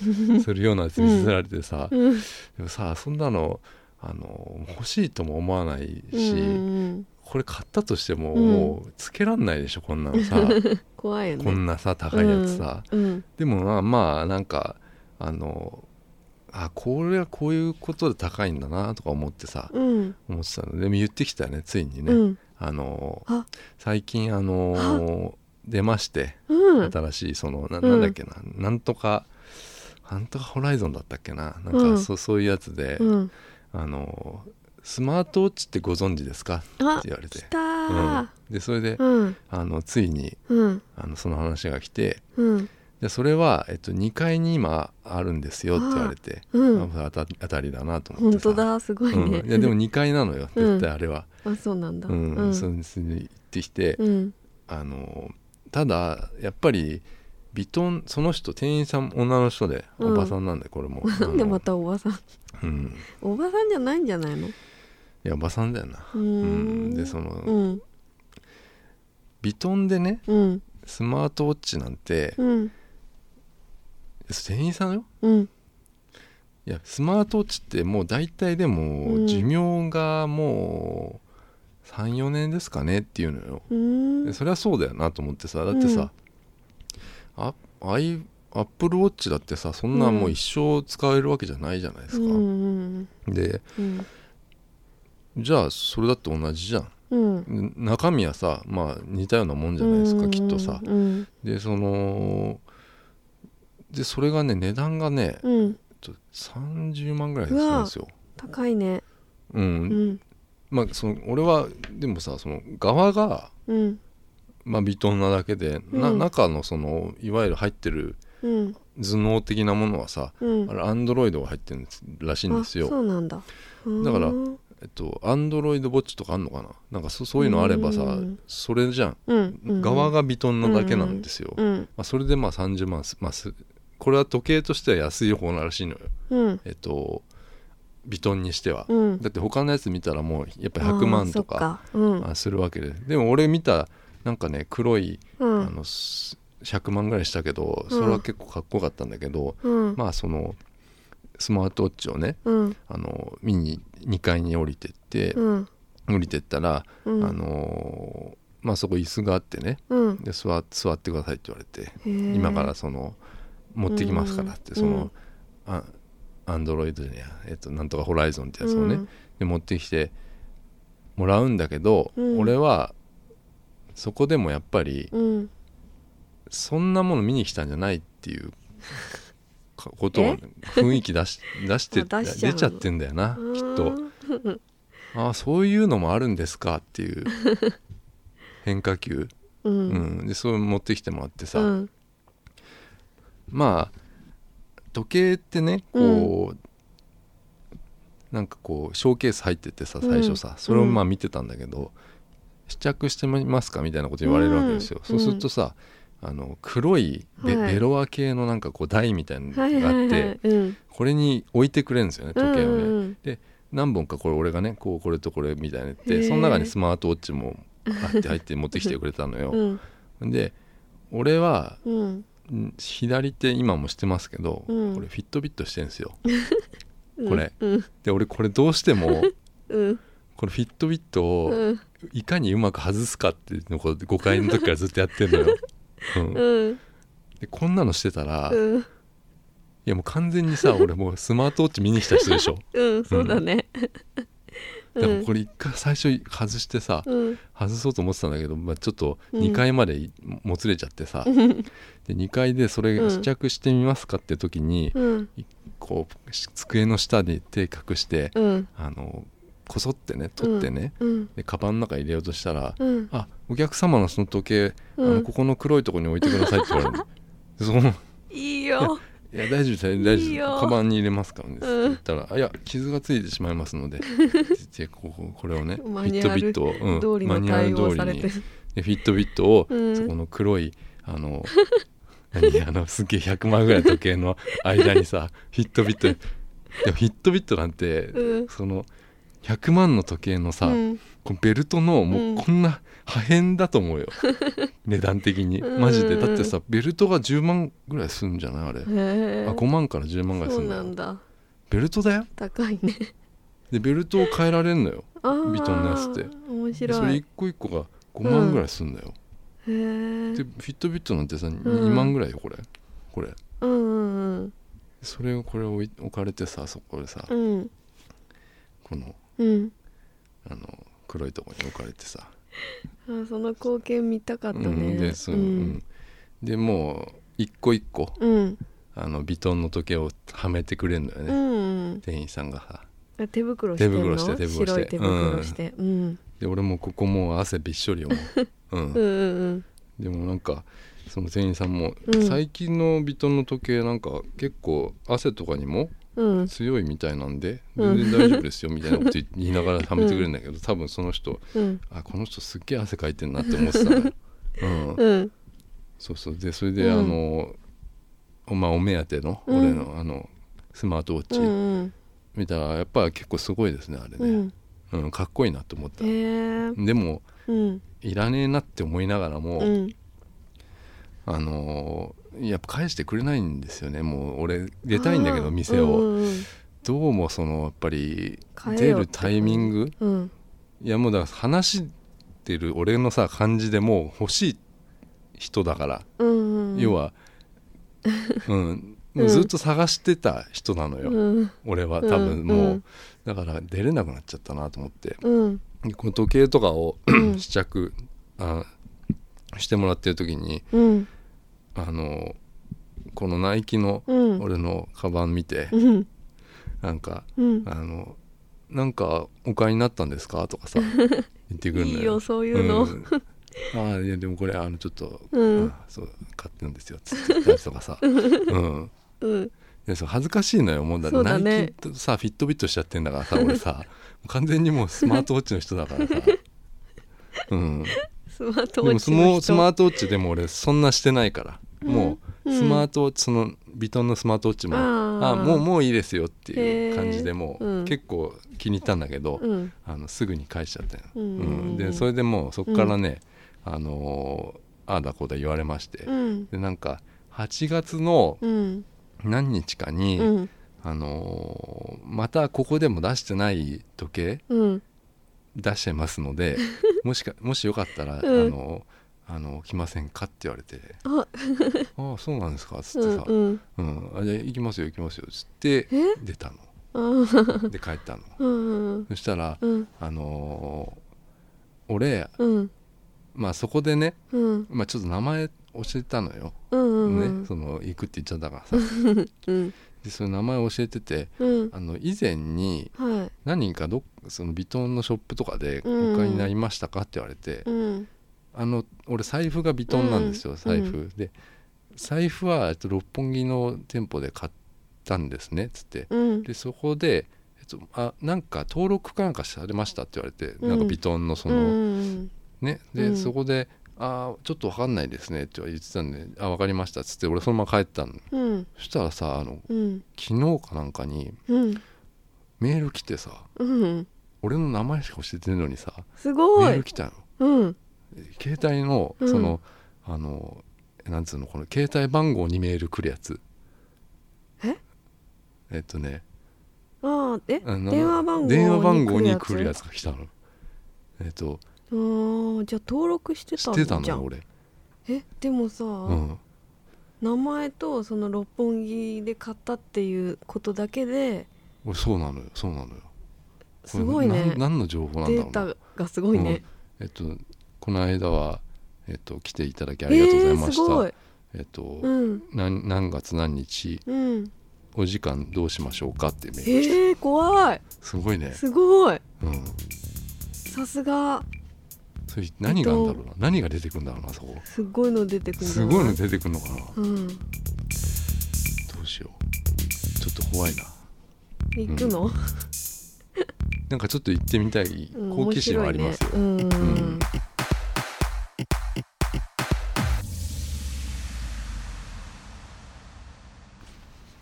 Speaker 1: するようなやつ見せられてさ、
Speaker 2: うん
Speaker 1: でもさそんなのあの欲しいとも思わないし、
Speaker 2: うん
Speaker 1: これ買ったとしても、
Speaker 2: うん
Speaker 1: もうつけらんないでしょこんなの さ
Speaker 2: 怖いよね
Speaker 1: こんなさ高いやつさ、
Speaker 2: うん
Speaker 1: でもまあまあなんかあのあこれはこういうことで高いんだなとか思ってさ
Speaker 2: うん
Speaker 1: 思ってたのでも言ってきたねついにね、
Speaker 2: うん
Speaker 1: あの
Speaker 2: あ
Speaker 1: 最近あの出まして
Speaker 2: うん
Speaker 1: 新しいそのな
Speaker 2: うん
Speaker 1: なんだっけな、なんとかなんとかホライゾンだったっけななんか
Speaker 2: うん
Speaker 1: そ,、うそういうやつで、
Speaker 2: うん
Speaker 1: あのスマートウォッチってご存知ですかって
Speaker 2: あ
Speaker 1: 言われて
Speaker 2: 来、たー
Speaker 1: うんでそれで、
Speaker 2: うん
Speaker 1: あのついに
Speaker 2: うん
Speaker 1: あのその話が来て
Speaker 2: うん
Speaker 1: でそれは、えっと、2階に今あるんですよって言われて、
Speaker 2: うん
Speaker 1: あ当た当たりだなと思っ
Speaker 2: 本
Speaker 1: てさ
Speaker 2: 当だすごい
Speaker 1: うん
Speaker 2: ね
Speaker 1: いやでも2階なのよ
Speaker 2: うん
Speaker 1: 絶対あれは、
Speaker 2: あそうなんだ
Speaker 1: うん
Speaker 2: うん
Speaker 1: それに行ってきて、
Speaker 2: うん
Speaker 1: あのただやっぱりビトンその人店員さん女の人で
Speaker 2: う
Speaker 1: お
Speaker 2: ん
Speaker 1: ばさんなんでこれも、
Speaker 2: なんでまたおばさん
Speaker 1: あのうん
Speaker 2: おばさんじゃないんじゃないのう
Speaker 1: いやおばさんだよな
Speaker 2: ー
Speaker 1: うん
Speaker 2: ん
Speaker 1: でその、
Speaker 2: うん
Speaker 1: ビトンでね
Speaker 2: うん
Speaker 1: スマートウォッチなんて、
Speaker 2: うん
Speaker 1: 店員さんよ
Speaker 2: うん
Speaker 1: いやスマートウォッチってもう大体で
Speaker 2: う
Speaker 1: も
Speaker 2: ん
Speaker 1: 寿命がもう34年ですかねっていうのよ、
Speaker 2: うー
Speaker 1: で
Speaker 2: ん
Speaker 1: そりゃそうだよなと思ってさだってさ、ああいアップルウォッチだってさそんなもう一生使えるわけじゃないじゃないですか、
Speaker 2: うん
Speaker 1: で
Speaker 2: うん
Speaker 1: じゃあそれだって同じじゃん
Speaker 2: うん
Speaker 1: ん中身はさまあ似たようなもんじゃないですかきっとさ
Speaker 2: うん
Speaker 1: でそのでそれがね値段がね、えっ
Speaker 2: うん
Speaker 1: と30万ぐらいするんですよ
Speaker 2: 高いね
Speaker 1: うん、
Speaker 2: うん
Speaker 1: まあその俺はでもさその側が、
Speaker 2: うん
Speaker 1: まあ、ビトンなだけで、な
Speaker 2: うん
Speaker 1: 中のそのいわゆる入ってる
Speaker 2: うん
Speaker 1: 頭脳的なものはさ
Speaker 2: うん
Speaker 1: あれアンドロイドが入ってるんですらしいんです
Speaker 2: あ
Speaker 1: よ
Speaker 2: そうなんだ
Speaker 1: だから
Speaker 2: うん
Speaker 1: えっとアンドロイドウォッチとかあんのかななんかそそういうのあればさ
Speaker 2: うん
Speaker 1: それじゃん
Speaker 2: うん
Speaker 1: 側がビトンなだけなんですよ、
Speaker 2: うん
Speaker 1: まあ、それでまあ30万す、まあ、すこれは時計としては安い方ならしいのよ
Speaker 2: うん
Speaker 1: えっとビトンにしては、
Speaker 2: うん
Speaker 1: だって他のやつ見たらもうやっぱり100万とか
Speaker 2: あーそっか
Speaker 1: あするわけででも俺見たなんかね黒い、
Speaker 2: うん
Speaker 1: あのす100万ぐらいしたけどそれは結構かっこよかったんだけど、
Speaker 2: うん
Speaker 1: まあそのスマートウォッチをね
Speaker 2: うん
Speaker 1: あの見に2階に降りてって、
Speaker 2: うん
Speaker 1: 降りてったら、
Speaker 2: うん
Speaker 1: あのーまあそこ椅子があってね、
Speaker 2: うん
Speaker 1: で座座ってくださいって言われて
Speaker 2: へー
Speaker 1: 今からその持ってきますからって
Speaker 2: うん
Speaker 1: そ
Speaker 2: うん
Speaker 1: のあアンドロイドじゃねえやえっとなんとかホライゾンってやつを
Speaker 2: う
Speaker 1: ね
Speaker 2: ん
Speaker 1: で持ってきてもらうんだけど
Speaker 2: うん
Speaker 1: 俺はそこでもやっぱり
Speaker 2: うん
Speaker 1: そんなもの見に来たんじゃないって いうかことを
Speaker 2: え
Speaker 1: 雰囲気出し出して
Speaker 2: あ出しちゃ
Speaker 1: 出
Speaker 2: うの
Speaker 1: ちゃってんだよなきっと
Speaker 2: うん
Speaker 1: ああそういうのもあるんですかって いう変化球
Speaker 2: う
Speaker 1: うんんでそれ持ってきてもらってさ
Speaker 2: うん
Speaker 1: まあ時計ってねこう、なんかこうショーケース入っててさ最初さ、
Speaker 2: うん
Speaker 1: それをまあ見てたんだけど、試着してみますかみたいなこと言われるわけですよ、
Speaker 2: うん
Speaker 1: そうするとさあの黒いベ,、
Speaker 2: はい
Speaker 1: ベロア系のなんかこう台みたいなのがあ
Speaker 2: は
Speaker 1: って、
Speaker 2: いはいはいうん
Speaker 1: これに置いてくれるんですよね時計をね、
Speaker 2: うんうん
Speaker 1: 何本かこれ俺がねこうこれとこれみたいなのやっ
Speaker 2: へ
Speaker 1: て
Speaker 2: ー
Speaker 1: その中にスマートウォッチもあって入って持ってきてくれたのよ
Speaker 2: う、ん
Speaker 1: で俺は
Speaker 2: うん
Speaker 1: ん左手今もしてますけど、
Speaker 2: うん
Speaker 1: これフィットビットしてるんですよ
Speaker 2: うん
Speaker 1: これ
Speaker 2: うん
Speaker 1: で俺これどうして も
Speaker 2: うん
Speaker 1: このフィットビットを
Speaker 2: うん
Speaker 1: いかにうまく外すかっていうのをこう誤解の時からずっとやってるのよ、うん
Speaker 2: うん
Speaker 1: でこんなのしてたら、い
Speaker 2: うん
Speaker 1: やもう完全にさ俺もうスマートウォッチ見に来た人でしょ
Speaker 2: うんそうだね
Speaker 1: で
Speaker 2: う
Speaker 1: も
Speaker 2: ん
Speaker 1: これ一回最初外してさ、
Speaker 2: うん
Speaker 1: 外そうと思ってたんだけど、まあ、ちょっと
Speaker 2: うん
Speaker 1: 2階までいもつれちゃってさ、で2階でそれ
Speaker 2: うん
Speaker 1: 試着してみますかって時に、
Speaker 2: うん
Speaker 1: こうし机の下に手隠して、
Speaker 2: うん
Speaker 1: あのこそってね取ってね、
Speaker 2: うん
Speaker 1: でカバンの中に入れようとしたら「
Speaker 2: うん
Speaker 1: あお客様のその時計、あ
Speaker 2: う
Speaker 1: の
Speaker 2: ん
Speaker 1: ここの黒いとこに置いてください」って言われるその
Speaker 2: いいよ
Speaker 1: いや大丈夫です大
Speaker 2: いい
Speaker 1: 丈夫
Speaker 2: よ
Speaker 1: カバンに入れますからね」って
Speaker 2: うん
Speaker 1: 言ったら「あいや傷がついてしまいます ので」でこうこれをねフ
Speaker 2: マ
Speaker 1: ィッ
Speaker 2: ニュ
Speaker 1: ト
Speaker 2: ア
Speaker 1: ビッ
Speaker 2: ル
Speaker 1: トを、うん
Speaker 2: 通り
Speaker 1: マ
Speaker 2: の
Speaker 1: ニュア
Speaker 2: 対応
Speaker 1: ル
Speaker 2: さ
Speaker 1: 通
Speaker 2: れ
Speaker 1: りに
Speaker 2: てる
Speaker 1: でフィットビットを、
Speaker 2: うん
Speaker 1: そこの黒いあの何あのすげえ100万ぐらいの時計の間にさフィットビットでもフィットビットなんて、
Speaker 2: うん
Speaker 1: その100万の時計のさ、
Speaker 2: うん
Speaker 1: こうベルトの
Speaker 2: う
Speaker 1: もうんこんな破片だと思う よ、値段的に
Speaker 2: うん
Speaker 1: マジでだってさベルトが10万ぐらいすんじゃないあれ、
Speaker 2: へえ
Speaker 1: あ5万から10万ぐらいす
Speaker 2: そうん
Speaker 1: だ
Speaker 2: な
Speaker 1: よ
Speaker 2: んだ
Speaker 1: ベルトだよ
Speaker 2: 高いね
Speaker 1: でベルトを変えられんのよ
Speaker 2: ああ
Speaker 1: ビトンのやつって
Speaker 2: 面
Speaker 1: でそ
Speaker 2: 白
Speaker 1: れ
Speaker 2: い
Speaker 1: 一個一個が5万ぐらいすんだよ、
Speaker 2: へえ
Speaker 1: でフィットビットなんてさ
Speaker 2: ん
Speaker 1: 2万ぐらいよこれこれ
Speaker 2: うんうん
Speaker 1: それをこれを置い置かれてさそこでさ、
Speaker 2: うんうん
Speaker 1: この
Speaker 2: うん
Speaker 1: あの黒いとこに置かれてさ、
Speaker 2: あーその光景見たかったね、
Speaker 1: う
Speaker 2: うんん、
Speaker 1: でそうのうん
Speaker 2: ん、
Speaker 1: でもう一個一個
Speaker 2: うん
Speaker 1: あのビトンの時計をはめてくれるんだよ
Speaker 2: う
Speaker 1: ね、
Speaker 2: ん
Speaker 1: 店員さんがさ
Speaker 2: あ手袋してん
Speaker 1: 手
Speaker 2: の
Speaker 1: 袋して手袋して
Speaker 2: 白い手袋してうん
Speaker 1: で俺もここもう汗びっしょりよも う、うん
Speaker 2: うんうん
Speaker 1: でもなんかその店員さんも、
Speaker 2: うん
Speaker 1: 最近のビトンの時計なんか結構汗とかにも
Speaker 2: うんうん
Speaker 1: 強いみたいなんで
Speaker 2: う
Speaker 1: 全
Speaker 2: ん
Speaker 1: 然大丈夫ですよみたいなこと言言いながらはめてくれるんだけど、 多分その人
Speaker 2: うん
Speaker 1: あこの人すっげえ汗かいてんなって思ってたの よ、うん、
Speaker 2: うん
Speaker 1: そうそうでそれで、
Speaker 2: うん
Speaker 1: あのお,、まあ、お目当ての
Speaker 2: うん
Speaker 1: 俺の,、あのスマートウォッ
Speaker 2: う
Speaker 1: チ、
Speaker 2: ん
Speaker 1: 見たらやっぱ結構すごいですねあれ
Speaker 2: う
Speaker 1: ね
Speaker 2: ん、
Speaker 1: うんかっこいいなと思った、
Speaker 2: へえ
Speaker 1: でも
Speaker 2: うん
Speaker 1: いらねえなって思いながらも、
Speaker 2: うん
Speaker 1: あのーやっぱ返してくれないんですよねもう俺出たいんだけ
Speaker 2: あ
Speaker 1: ど
Speaker 2: ー
Speaker 1: 店を、
Speaker 2: うんうん
Speaker 1: どうもそのやっぱり
Speaker 2: 変え
Speaker 1: 出
Speaker 2: よう
Speaker 1: る
Speaker 2: って
Speaker 1: タイミング
Speaker 2: うん
Speaker 1: いやもうだから話してる俺のさ感じでもう欲しい人だから、
Speaker 2: うんうん
Speaker 1: 要 は、うん、もうずっと探してた人なのよ、
Speaker 2: うん
Speaker 1: 俺は多分もう、
Speaker 2: うん
Speaker 1: だから出れなくなっちゃったなと思って
Speaker 2: うん
Speaker 1: でこの時計とかを
Speaker 2: うん
Speaker 1: 試着あしてもらってる時に
Speaker 2: うん
Speaker 1: あのこのナイキの
Speaker 2: うん
Speaker 1: 俺のカバン見て、
Speaker 2: うん
Speaker 1: なんか
Speaker 2: うん
Speaker 1: あのなんかお買いになったんですかとか さ言ってくるのよ
Speaker 2: いいよそういうの
Speaker 1: んああいやでもこれあのちょっと、
Speaker 2: うん
Speaker 1: あそう買ってるんですよつって言ったりとかさうん
Speaker 2: うん
Speaker 1: でそう恥ずかしいのよもうだって
Speaker 2: そうだね
Speaker 1: ナイキとさフィットビットしちゃってんだからさ俺さ完全にもうスマートウォッチの人だからさ うん
Speaker 2: スマート
Speaker 1: で
Speaker 2: ウォッ
Speaker 1: もそ
Speaker 2: チの
Speaker 1: のス
Speaker 2: 人
Speaker 1: マートウォッチでも俺そんなしてないから、
Speaker 2: うん
Speaker 1: もう
Speaker 2: うん
Speaker 1: スマートウォッチそのビトンのスマートウォッチも
Speaker 2: あー
Speaker 1: あもうもういいですよっていう感じでもう、
Speaker 2: へーうん
Speaker 1: 結構気に入ったんだけど、
Speaker 2: うん
Speaker 1: あのすぐに返しちゃったよ、
Speaker 2: うん
Speaker 1: でそれでもうそっからね、あのーああだこうだ言われまして、
Speaker 2: うん
Speaker 1: でなんか8月の
Speaker 2: うん
Speaker 1: 何日かに、
Speaker 2: うん
Speaker 1: あのーまたここでも出してない時計
Speaker 2: うん
Speaker 1: 出してますの でもしかもしよかったら、
Speaker 2: うん
Speaker 1: あのあの来ませんかって言われて
Speaker 2: あ
Speaker 1: 「ああそうなんですか」っつっ
Speaker 2: う
Speaker 1: て
Speaker 2: ん
Speaker 1: さ「
Speaker 2: うん
Speaker 1: うんあじゃあ行きますよ行きますよ」っつって
Speaker 2: え
Speaker 1: 出た
Speaker 2: あー
Speaker 1: ので帰ったの
Speaker 2: うん
Speaker 1: そしたら
Speaker 2: うん
Speaker 1: あのー俺
Speaker 2: うん
Speaker 1: まあそこでね、
Speaker 2: うん
Speaker 1: まあ、ちょっと名前教えたのよ、
Speaker 2: うんうん
Speaker 1: ね、その行くって言っちゃったから さ
Speaker 2: うん
Speaker 1: でその名前教えてて
Speaker 2: うん
Speaker 1: あの以前に
Speaker 2: はい
Speaker 1: 何人かどっそのビトンのショップとかでお
Speaker 2: うん
Speaker 1: 買いになりましたかって言われて、
Speaker 2: うん
Speaker 1: あの俺財布がビトンなんですよ、
Speaker 2: うん
Speaker 1: 財布で財布はえっと六本木の店舗で買ったんですねっつって
Speaker 2: うん
Speaker 1: でそこで、えっと、あなんか登録かなんかされましたって言われて、
Speaker 2: うん
Speaker 1: なんかビトンのその、
Speaker 2: うん
Speaker 1: ねで、
Speaker 2: うん
Speaker 1: そこで「あーちょっと分かんないですね」って言ってたんで「あ分かりました」っつって俺そのまま帰ったの
Speaker 2: うん
Speaker 1: そしたらさあの
Speaker 2: うん
Speaker 1: 昨日かなんかに
Speaker 2: うん
Speaker 1: メール来てさ
Speaker 2: うん
Speaker 1: 俺の名前しか教えてるのにさ
Speaker 2: す
Speaker 1: メ
Speaker 2: ご
Speaker 1: ール
Speaker 2: い
Speaker 1: 来たの
Speaker 2: うん
Speaker 1: 携帯の
Speaker 2: うん
Speaker 1: その、あのなんつうのこの携帯番号にメール来るやつ
Speaker 2: え
Speaker 1: えっとね
Speaker 2: ああえ
Speaker 1: あの
Speaker 2: 電話番号
Speaker 1: 電話番号に来るや
Speaker 2: つ
Speaker 1: つが来たのえっと
Speaker 2: あーじゃあ登録して
Speaker 1: 知
Speaker 2: た
Speaker 1: っ
Speaker 2: ん
Speaker 1: てた
Speaker 2: じゃ
Speaker 1: の
Speaker 2: ん
Speaker 1: 俺
Speaker 2: えでもさ
Speaker 1: うん
Speaker 2: 名前とその六本木で買ったっていうことだけで
Speaker 1: 俺そうなのよそうなのよ
Speaker 2: すごい
Speaker 1: これ
Speaker 2: ね
Speaker 1: なん何の情報なん
Speaker 2: デ
Speaker 1: だろ
Speaker 2: ー
Speaker 1: うな
Speaker 2: タがすごいね
Speaker 1: えっとこの間はえっと来ていただき
Speaker 2: え
Speaker 1: ありがとうござい
Speaker 2: ー
Speaker 1: ますした、
Speaker 2: ごい
Speaker 1: えっと、
Speaker 2: うん
Speaker 1: 何何月何日
Speaker 2: うん
Speaker 1: お時間どうしましょうかっていうメールが来て
Speaker 2: えー怖い
Speaker 1: すごいね
Speaker 2: すごい
Speaker 1: うん
Speaker 2: さすが
Speaker 1: それ何があるんだろうな何が出てくるんだろうなそこ
Speaker 2: すごいの出てくる
Speaker 1: すごいの出てくるのかな
Speaker 2: うん
Speaker 1: ょっと怖いな
Speaker 2: 行くの、
Speaker 1: なんかちょっと行ってみたい
Speaker 2: うん、
Speaker 1: 好奇心はありますよ、
Speaker 2: 面白いねうん、
Speaker 1: うん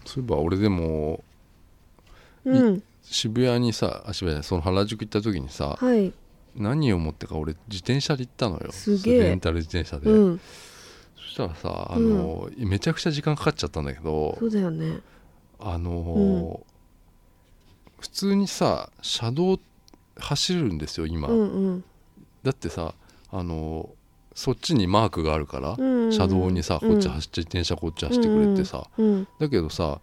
Speaker 1: そういえば俺でも
Speaker 2: うんうん
Speaker 1: 渋谷にさあ渋谷じゃないその原宿行った時にさ
Speaker 2: はい、
Speaker 1: 何を持ってか俺自転車で行ったのよ
Speaker 2: すげえ
Speaker 1: レンタル自転車で、
Speaker 2: うん、
Speaker 1: そしたらさあの、めちゃくちゃ時間かかっちゃったんだけど
Speaker 2: そうだよね
Speaker 1: あのー普通にさ車道走るんですよ今、
Speaker 2: うんうん
Speaker 1: だってさあのーそっちにマークがあるから、
Speaker 2: うんうん
Speaker 1: 車道にさこっち走って、自転車こっち走ってくれってさ、
Speaker 2: うん
Speaker 1: だけどさ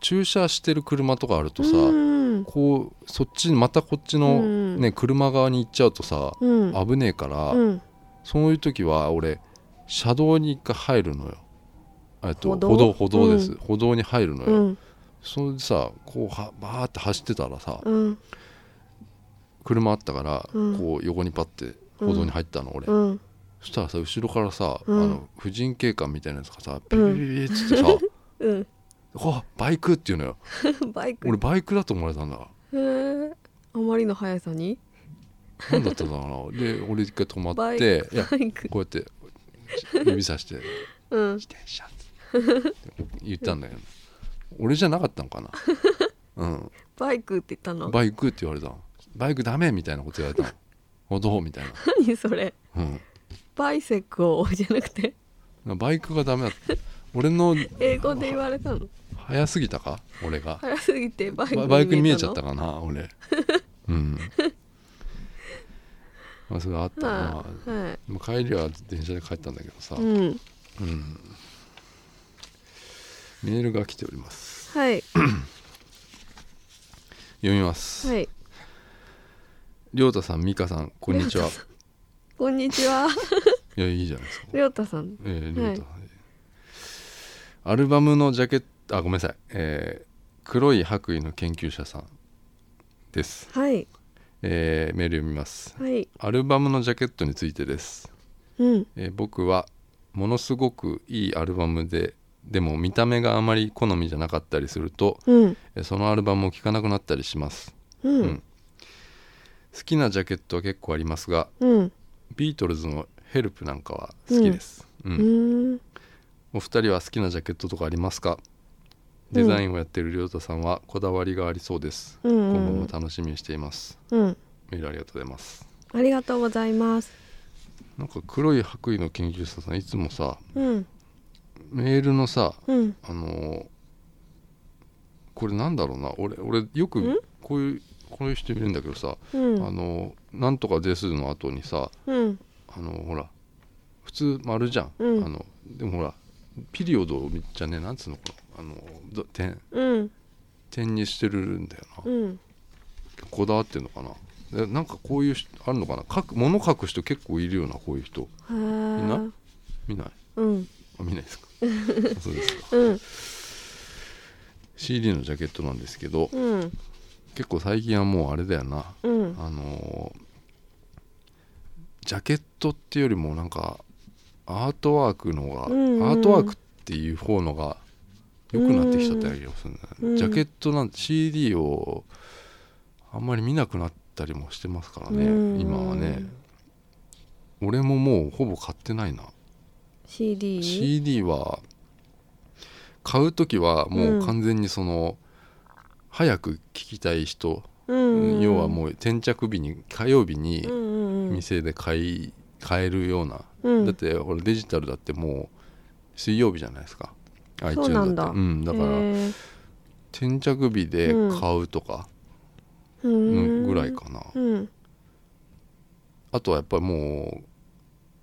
Speaker 1: 駐車してる車とかあるとさ、
Speaker 2: うん
Speaker 1: こうそっちまたこっちの、
Speaker 2: うん
Speaker 1: ね車側に行っちゃうとさ、
Speaker 2: うん
Speaker 1: 危ねえから、
Speaker 2: うん
Speaker 1: そういう時は俺車道に一回入るのよえっと
Speaker 2: 歩
Speaker 1: 歩
Speaker 2: 道
Speaker 1: 道歩道です、
Speaker 2: うん
Speaker 1: 歩道に入るの
Speaker 2: う
Speaker 1: よ、
Speaker 2: ん
Speaker 1: それでさこうはバーって走ってたらさ
Speaker 2: うん
Speaker 1: 車あったから、
Speaker 2: うん
Speaker 1: こう横にパッて歩道に入ったの俺、
Speaker 2: うん
Speaker 1: そしたらさ後ろからさ、
Speaker 2: うん
Speaker 1: あの婦人警官みたいなやつがさピリピリピリっつってさ「
Speaker 2: うん
Speaker 1: あバイク!」って言うのよ
Speaker 2: バイク
Speaker 1: 俺バイクだと思われたんだ
Speaker 2: へーあまりの速さに
Speaker 1: 何だったんだろうなで俺一回止ま
Speaker 2: バ
Speaker 1: っ
Speaker 2: イ
Speaker 1: て
Speaker 2: ク
Speaker 1: いや
Speaker 2: バイク
Speaker 1: こうやって指さして
Speaker 2: うん
Speaker 1: 自転車って言ったんだけど俺じゃなかったのかな、う
Speaker 2: バイクって言ったの
Speaker 1: ん、バイクって言われたのバイクダメみたいなこと言われたの歩道みたい
Speaker 2: 何それ
Speaker 1: な、うん
Speaker 2: バイセクをじゃなくて
Speaker 1: な、バイクがダメだった俺の
Speaker 2: 英語で言われたの
Speaker 1: 早すぎたか俺が
Speaker 2: 速すぎてバイク
Speaker 1: ババイクに見えちゃったかな 俺うんまあそれあったな
Speaker 2: は、い、はい
Speaker 1: まあ、帰りは電車で帰ったんだけどさ、
Speaker 2: うん
Speaker 1: うんメールが来ております
Speaker 2: はい
Speaker 1: 読みます、
Speaker 2: はい
Speaker 1: りょうたさん美香さんこんにちは
Speaker 2: こんにちは
Speaker 1: いやいいじゃないですか
Speaker 2: りょうたさん
Speaker 1: えーりょうたアルバムのジャケットあごめんなさい、えー黒い白衣の研究者さんです、
Speaker 2: はい
Speaker 1: えーメール読みます
Speaker 2: はい
Speaker 1: アルバムのジャケットについてです、
Speaker 2: うん
Speaker 1: えー僕はものすごくいいアルバムででも見た目があまり好みじゃなかったりすると、
Speaker 2: うん
Speaker 1: えーそのアルバムを聴かなくなったりします、
Speaker 2: う
Speaker 1: うんん好きなジャケットは結構ありますが
Speaker 2: うん
Speaker 1: ビートルズの「ヘルプなんかは好きです、う
Speaker 2: うんん
Speaker 1: お二人は好きなジャケットとかありますか
Speaker 2: ん
Speaker 1: デザインをやってるりょうたさんはこだわりがありそうです、
Speaker 2: うんうん
Speaker 1: 今後も楽しみにしています
Speaker 2: うん
Speaker 1: メールありがとうございます
Speaker 2: ありがとうございます
Speaker 1: なんか黒い白衣の研究者さんいつもさ
Speaker 2: うん
Speaker 1: メールのさ
Speaker 2: うん
Speaker 1: あのーこれなんだろうな俺俺よ
Speaker 2: ん
Speaker 1: くこういうこういう人いるんだけどさ、
Speaker 2: う
Speaker 1: あ
Speaker 2: ん
Speaker 1: のーなんとかですの後にさ
Speaker 2: うん
Speaker 1: あのーほら普通丸じゃん、
Speaker 2: うん
Speaker 1: あのでもほらピリオドじゃねえなんつうのかなあのど点
Speaker 2: うん
Speaker 1: 点にしてるんだよな、
Speaker 2: うん
Speaker 1: こだわってんのかなでなんかこういう人あるのかな書く物書く人結構いるよなこういう人
Speaker 2: へー
Speaker 1: な見ない
Speaker 2: うん
Speaker 1: あ見ないですか そうですか
Speaker 2: うん
Speaker 1: CD のジャケットなんですけど
Speaker 2: うん
Speaker 1: 結構最近はもうあれだよな
Speaker 2: うん
Speaker 1: あのージャケットっていうよりもなんかアートワークのが、
Speaker 2: うんうん
Speaker 1: アートワークっていう方のが良くなってきちゃったりもするんだよね、
Speaker 2: うん
Speaker 1: ジャケットなんて CD をあんまり見なくなったりもしてますからね、
Speaker 2: うん
Speaker 1: 今はね俺ももうほぼ買ってないな、
Speaker 2: CD
Speaker 1: CD は買う時はもう完全にその、早く聴きたい人、
Speaker 2: うん
Speaker 1: 要はもう転着日に火曜日に、
Speaker 2: うんうんうん
Speaker 1: 店で買い買えるような、
Speaker 2: うん
Speaker 1: だって俺デジタルだってもう水曜日じゃないですか
Speaker 2: そうなんだ
Speaker 1: iTunes ってうん、だか
Speaker 2: へ
Speaker 1: ら
Speaker 2: ー
Speaker 1: 転着日で買うとか
Speaker 2: う
Speaker 1: の
Speaker 2: ん
Speaker 1: ぐらいかな、
Speaker 2: うん
Speaker 1: あとはやっぱりもう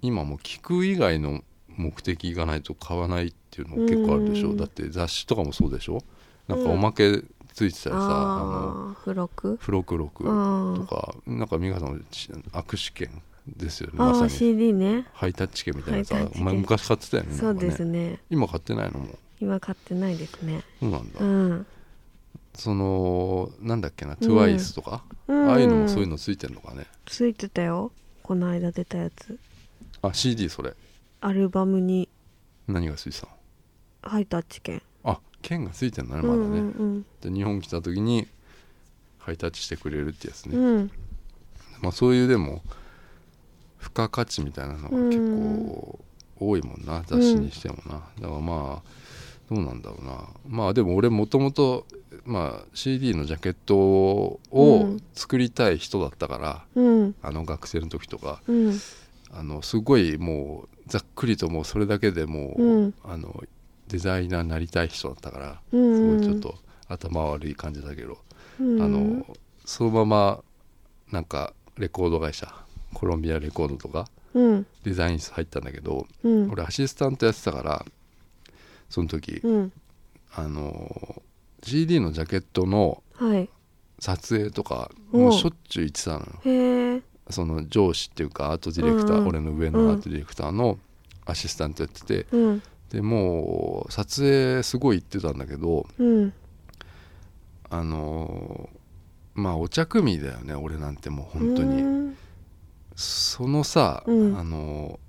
Speaker 1: 今もう聞く以外の目的がないと買わないっていうの結構あるでしょ、
Speaker 2: うん
Speaker 1: だって雑誌とかもそうでしょなん
Speaker 2: う
Speaker 1: か
Speaker 2: ん
Speaker 1: おまけついてたりさ、あの
Speaker 2: ああ付録
Speaker 1: 付録録
Speaker 2: う
Speaker 1: と
Speaker 2: ん
Speaker 1: か、なんか美香さんの握手券ですよねま
Speaker 2: あ
Speaker 1: さ
Speaker 2: あ
Speaker 1: に
Speaker 2: CD ね
Speaker 1: ハイタッチ券みたいなやつ
Speaker 2: ハイ
Speaker 1: は
Speaker 2: タッチ
Speaker 1: お
Speaker 2: 券
Speaker 1: 前昔買ってたよね
Speaker 2: そうです
Speaker 1: なんかね
Speaker 2: ね
Speaker 1: 今買ってないのもう
Speaker 2: 今買ってないですね
Speaker 1: そうなんだ、
Speaker 2: うん
Speaker 1: そのなんだっけな
Speaker 2: うん
Speaker 1: TWICE とか、
Speaker 2: うん
Speaker 1: ああいうのもそういうのついてんのかね
Speaker 2: ついてたよこの間出たやつ
Speaker 1: あ CD それ
Speaker 2: アルバムに
Speaker 1: 何がついてたの
Speaker 2: 入った知見
Speaker 1: あ剣がついてんだね
Speaker 2: うん
Speaker 1: まだね、
Speaker 2: うん
Speaker 1: で日本来た時にハイタッチしてくれるってやつ
Speaker 2: う
Speaker 1: ね、
Speaker 2: ん
Speaker 1: まあ、そういうでも付加価値みたいなのが結構多いもんな、雑誌にしてもなだからまあどうなんだろうなまあでも俺もともとまあ CD のジャケット
Speaker 2: う
Speaker 1: を
Speaker 2: ん
Speaker 1: 作りたい人だったから、
Speaker 2: うん
Speaker 1: あの学生の時とか
Speaker 2: うん
Speaker 1: あのすごいもうざっくりともうそれだけでもう、
Speaker 2: うん
Speaker 1: あのデザイナーになりたい人だったから
Speaker 2: うん
Speaker 1: す
Speaker 2: う
Speaker 1: ご
Speaker 2: ん
Speaker 1: いちょっと頭悪い感じだけど、
Speaker 2: うん
Speaker 1: あのそのままなんかレコード会社コロンビアレコードとか
Speaker 2: うん
Speaker 1: デザイン室入ったんだけど、
Speaker 2: うん
Speaker 1: 俺アシスタントやってたからその時、
Speaker 2: うん
Speaker 1: あの CD のジャケットの
Speaker 2: はい
Speaker 1: 撮影とか
Speaker 2: おう
Speaker 1: もうしょっちゅう行ってたのよ
Speaker 2: へえ
Speaker 1: その上司っていうかアートディレクター、
Speaker 2: うんうん
Speaker 1: 俺の上のアートディレクターのアシスタントやってて
Speaker 2: うん
Speaker 1: でもう撮影すごい行ってたんだけど
Speaker 2: うん
Speaker 1: あのまあお茶組だよね俺なんてもう本当に。
Speaker 2: うん
Speaker 1: そのさ、
Speaker 2: うん
Speaker 1: あの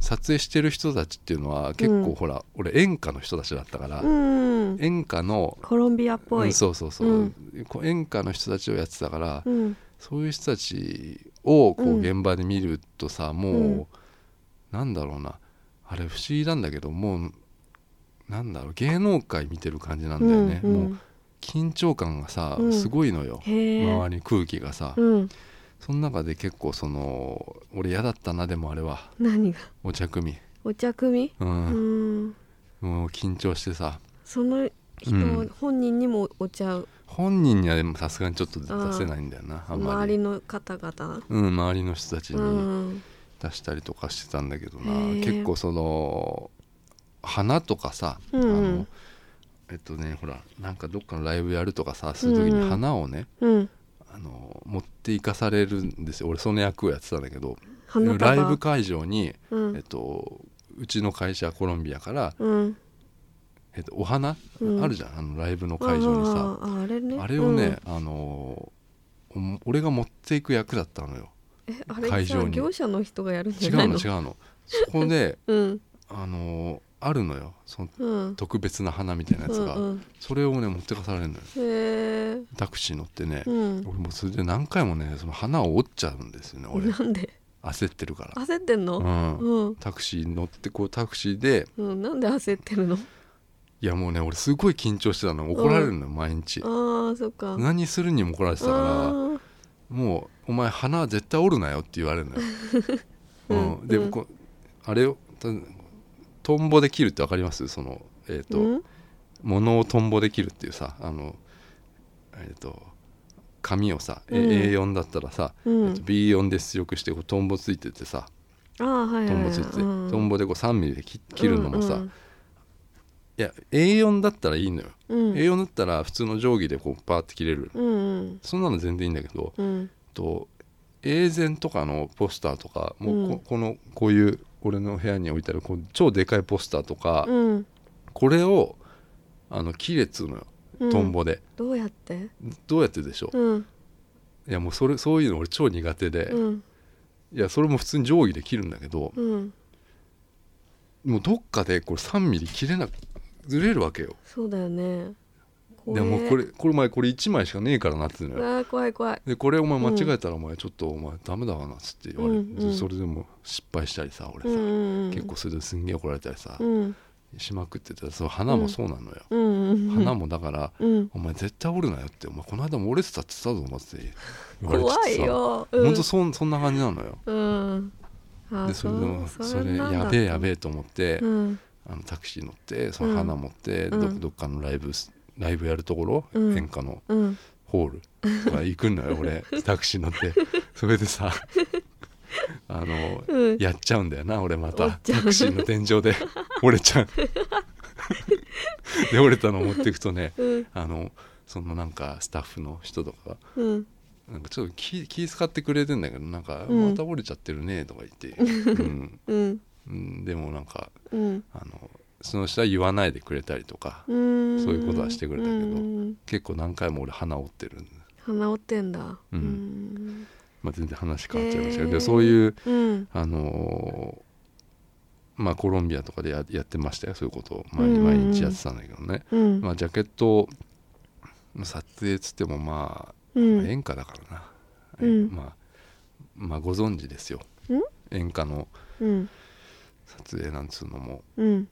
Speaker 1: 撮影してる人たちっていうのは結
Speaker 2: うん
Speaker 1: 構ほら、俺演歌の人たちだったから、
Speaker 2: うん
Speaker 1: 演歌の、
Speaker 2: コロンビアっぽ
Speaker 1: う
Speaker 2: い
Speaker 1: んそうそうそう、
Speaker 2: う
Speaker 1: こう演歌の人たちをやってたから、
Speaker 2: うん
Speaker 1: そういう人たちをこ
Speaker 2: う
Speaker 1: うん現場で見るとさ、もう、
Speaker 2: うん
Speaker 1: なんだろうなあれ不思議なんだけどもうなんだろう芸能界見てる感じなんだよね、
Speaker 2: うんう
Speaker 1: も
Speaker 2: ん
Speaker 1: う緊張感がさ、
Speaker 2: うん
Speaker 1: すごいのよ
Speaker 2: へえ
Speaker 1: 周り空気がさ、
Speaker 2: うん
Speaker 1: その中で結構その俺嫌だったなでもあれは
Speaker 2: 何が
Speaker 1: お茶組
Speaker 2: お茶組
Speaker 1: うん
Speaker 2: う、ん
Speaker 1: もう緊張してさ
Speaker 2: その人、
Speaker 1: うん
Speaker 2: 本人にもお茶を
Speaker 1: 本人にはでもさすがにちょっと出せないんだよなあんま
Speaker 2: 周
Speaker 1: り
Speaker 2: りの方々
Speaker 1: うん、周りの人たち
Speaker 2: う
Speaker 1: に
Speaker 2: ん
Speaker 1: 出したりとかしてたんだけど
Speaker 2: へ
Speaker 1: な、
Speaker 2: ー
Speaker 1: 結構その花とかさ、
Speaker 2: うん
Speaker 1: あのえっとねほらなんかどっかのライブやるとかさする時
Speaker 2: うんう
Speaker 1: に
Speaker 2: ん
Speaker 1: 花をね、
Speaker 2: うん
Speaker 1: あの持っていかされるんですよ俺その役をやってたんだけど
Speaker 2: 花
Speaker 1: ライ
Speaker 2: 束
Speaker 1: ブ会場に、
Speaker 2: う
Speaker 1: えっ
Speaker 2: ん
Speaker 1: と、うちの会社コロンビアから
Speaker 2: うん
Speaker 1: えっと、お花、
Speaker 2: うん
Speaker 1: あるじゃんあのライブの会場にさ
Speaker 2: あーあーあれね
Speaker 1: あれをね、あのーお俺が持っていく役だったのよ
Speaker 2: うんえあれ
Speaker 1: 会
Speaker 2: 会
Speaker 1: 場
Speaker 2: 場
Speaker 1: に
Speaker 2: 業者の人がやるんじ
Speaker 1: 違
Speaker 2: ゃ
Speaker 1: う
Speaker 2: ない
Speaker 1: の
Speaker 2: の
Speaker 1: 違うのそこで
Speaker 2: うん
Speaker 1: あのーあるのよその
Speaker 2: うん
Speaker 1: 特別な花みたいなやつが、
Speaker 2: うんうん
Speaker 1: それをね持ってかされるのよ
Speaker 2: へえ
Speaker 1: タクシー乗ってね、
Speaker 2: うん
Speaker 1: 俺もうそれで何回もねその花を折っちゃうんですよね俺
Speaker 2: なんで
Speaker 1: 焦ってるから、
Speaker 2: 焦ってん
Speaker 1: う
Speaker 2: の
Speaker 1: ん
Speaker 2: うん
Speaker 1: タクシー乗ってこうタクシーで
Speaker 2: うんなんで焦ってるの
Speaker 1: いやもうね俺すごい緊張してたの怒られるのよ毎日
Speaker 2: ああそっか
Speaker 1: 何するにも怒られてたから
Speaker 2: あー
Speaker 1: もうお前花は絶対折るなよって言われるのよ、
Speaker 2: うん
Speaker 1: うんで
Speaker 2: うん
Speaker 1: こうあれをとトンボで切るって分かりますそのえっ、と、
Speaker 2: うん
Speaker 1: 物をトンボで切るっていうさあのえっ、と紙をさ、え
Speaker 2: うん
Speaker 1: A4 だったらさ、
Speaker 2: うん
Speaker 1: えっと B4 で出力してこうトンボついててさ
Speaker 2: あーはい
Speaker 1: ト
Speaker 2: はい
Speaker 1: ン
Speaker 2: は
Speaker 1: ボ
Speaker 2: い
Speaker 1: ついてて、
Speaker 2: うん
Speaker 1: トンボでこう3ミリで切切るのもさ、
Speaker 2: うん
Speaker 1: いや A4 だったらいいのよ、
Speaker 2: うんうん
Speaker 1: A4 だったら普通の定規でこうパーって切れる
Speaker 2: うんうん
Speaker 1: そんなの全然いいんだけど、
Speaker 2: うん
Speaker 1: とエーゼンとかのポスターとかもうこ,、
Speaker 2: うん
Speaker 1: このこういう俺の部屋に置いてあるこう超でかいポスターとか、
Speaker 2: うん
Speaker 1: これをあの切れっつうのよ
Speaker 2: うん
Speaker 1: トンボで、
Speaker 2: どうやって
Speaker 1: どうやってでしょう、
Speaker 2: うん
Speaker 1: いやもうそれそういうの俺超苦手で、
Speaker 2: うん
Speaker 1: いやそれも普通に定規で切るんだけど、
Speaker 2: うん
Speaker 1: もうどっかでこれ3ミリ切れなくずれるわけよ
Speaker 2: そうだよね
Speaker 1: でもうこれこれお前これ1枚しかねえからなっつうのよ
Speaker 2: ああ怖い怖い
Speaker 1: でこれお前間違えたらお前ちょっとお前ダメだわなっつって言われて、
Speaker 2: うんうん
Speaker 1: それでも失敗したりさ俺さ、
Speaker 2: うんうんうん
Speaker 1: 結構それですんげえ怒られたりさ、
Speaker 2: うん
Speaker 1: しまくってたらそう花もそうなのよ、
Speaker 2: うんうんうん
Speaker 1: 花もだから、
Speaker 2: うん
Speaker 1: お前絶対折るなよってお前この間も折れてたって言ったぞお前って言われててさ
Speaker 2: 怖いよ
Speaker 1: ほん
Speaker 2: 本
Speaker 1: とそんそんな感じなのよ
Speaker 2: うんあ
Speaker 1: でそれでも
Speaker 2: う
Speaker 1: それ
Speaker 2: なんだ
Speaker 1: やべえやべえと思って、
Speaker 2: うん
Speaker 1: あのタクシー乗ってその花持って、
Speaker 2: うん
Speaker 1: ど
Speaker 2: うん
Speaker 1: どっかのライブライブやるところ、
Speaker 2: うん
Speaker 1: 演歌の
Speaker 2: うん
Speaker 1: ホールとか行くんだよ 俺タクシー乗ってそれでさあの、
Speaker 2: うん
Speaker 1: やっちゃうんだよな俺また
Speaker 2: 折っちゃう
Speaker 1: タクシーの天井 で折れちゃうで折れたのを持っていくとね
Speaker 2: うん
Speaker 1: あのそのなんかスタッフの人とかが
Speaker 2: うん
Speaker 1: なんかちょっと気気遣ってくれてんだけどなんか「
Speaker 2: うん
Speaker 1: また折れちゃってるね」とか言って、うん
Speaker 2: うん
Speaker 1: うん、でもなんか
Speaker 2: うん
Speaker 1: あのその人は言わないでくれたりとか
Speaker 2: うん
Speaker 1: そういうことはしてくれたけど
Speaker 2: うん
Speaker 1: 結構何回も俺鼻折ってるんで、
Speaker 2: 鼻折ってんだ
Speaker 1: うん
Speaker 2: ん
Speaker 1: まあ、全然話変わっちゃいましたけど、
Speaker 2: へー
Speaker 1: でそういう
Speaker 2: うん
Speaker 1: あのーまあ、コロンビアとかでややってましたよそういうことを毎,、
Speaker 2: うんうんうん
Speaker 1: 毎日やってたんだけどね、
Speaker 2: うん
Speaker 1: まあ、ジャケットをまあ撮影っつってもまあ
Speaker 2: うん
Speaker 1: 演歌だからな、
Speaker 2: うん
Speaker 1: えまあ、まあご存知ですよ
Speaker 2: ん
Speaker 1: 演歌の
Speaker 2: うん
Speaker 1: 撮影なんつうのも
Speaker 2: うん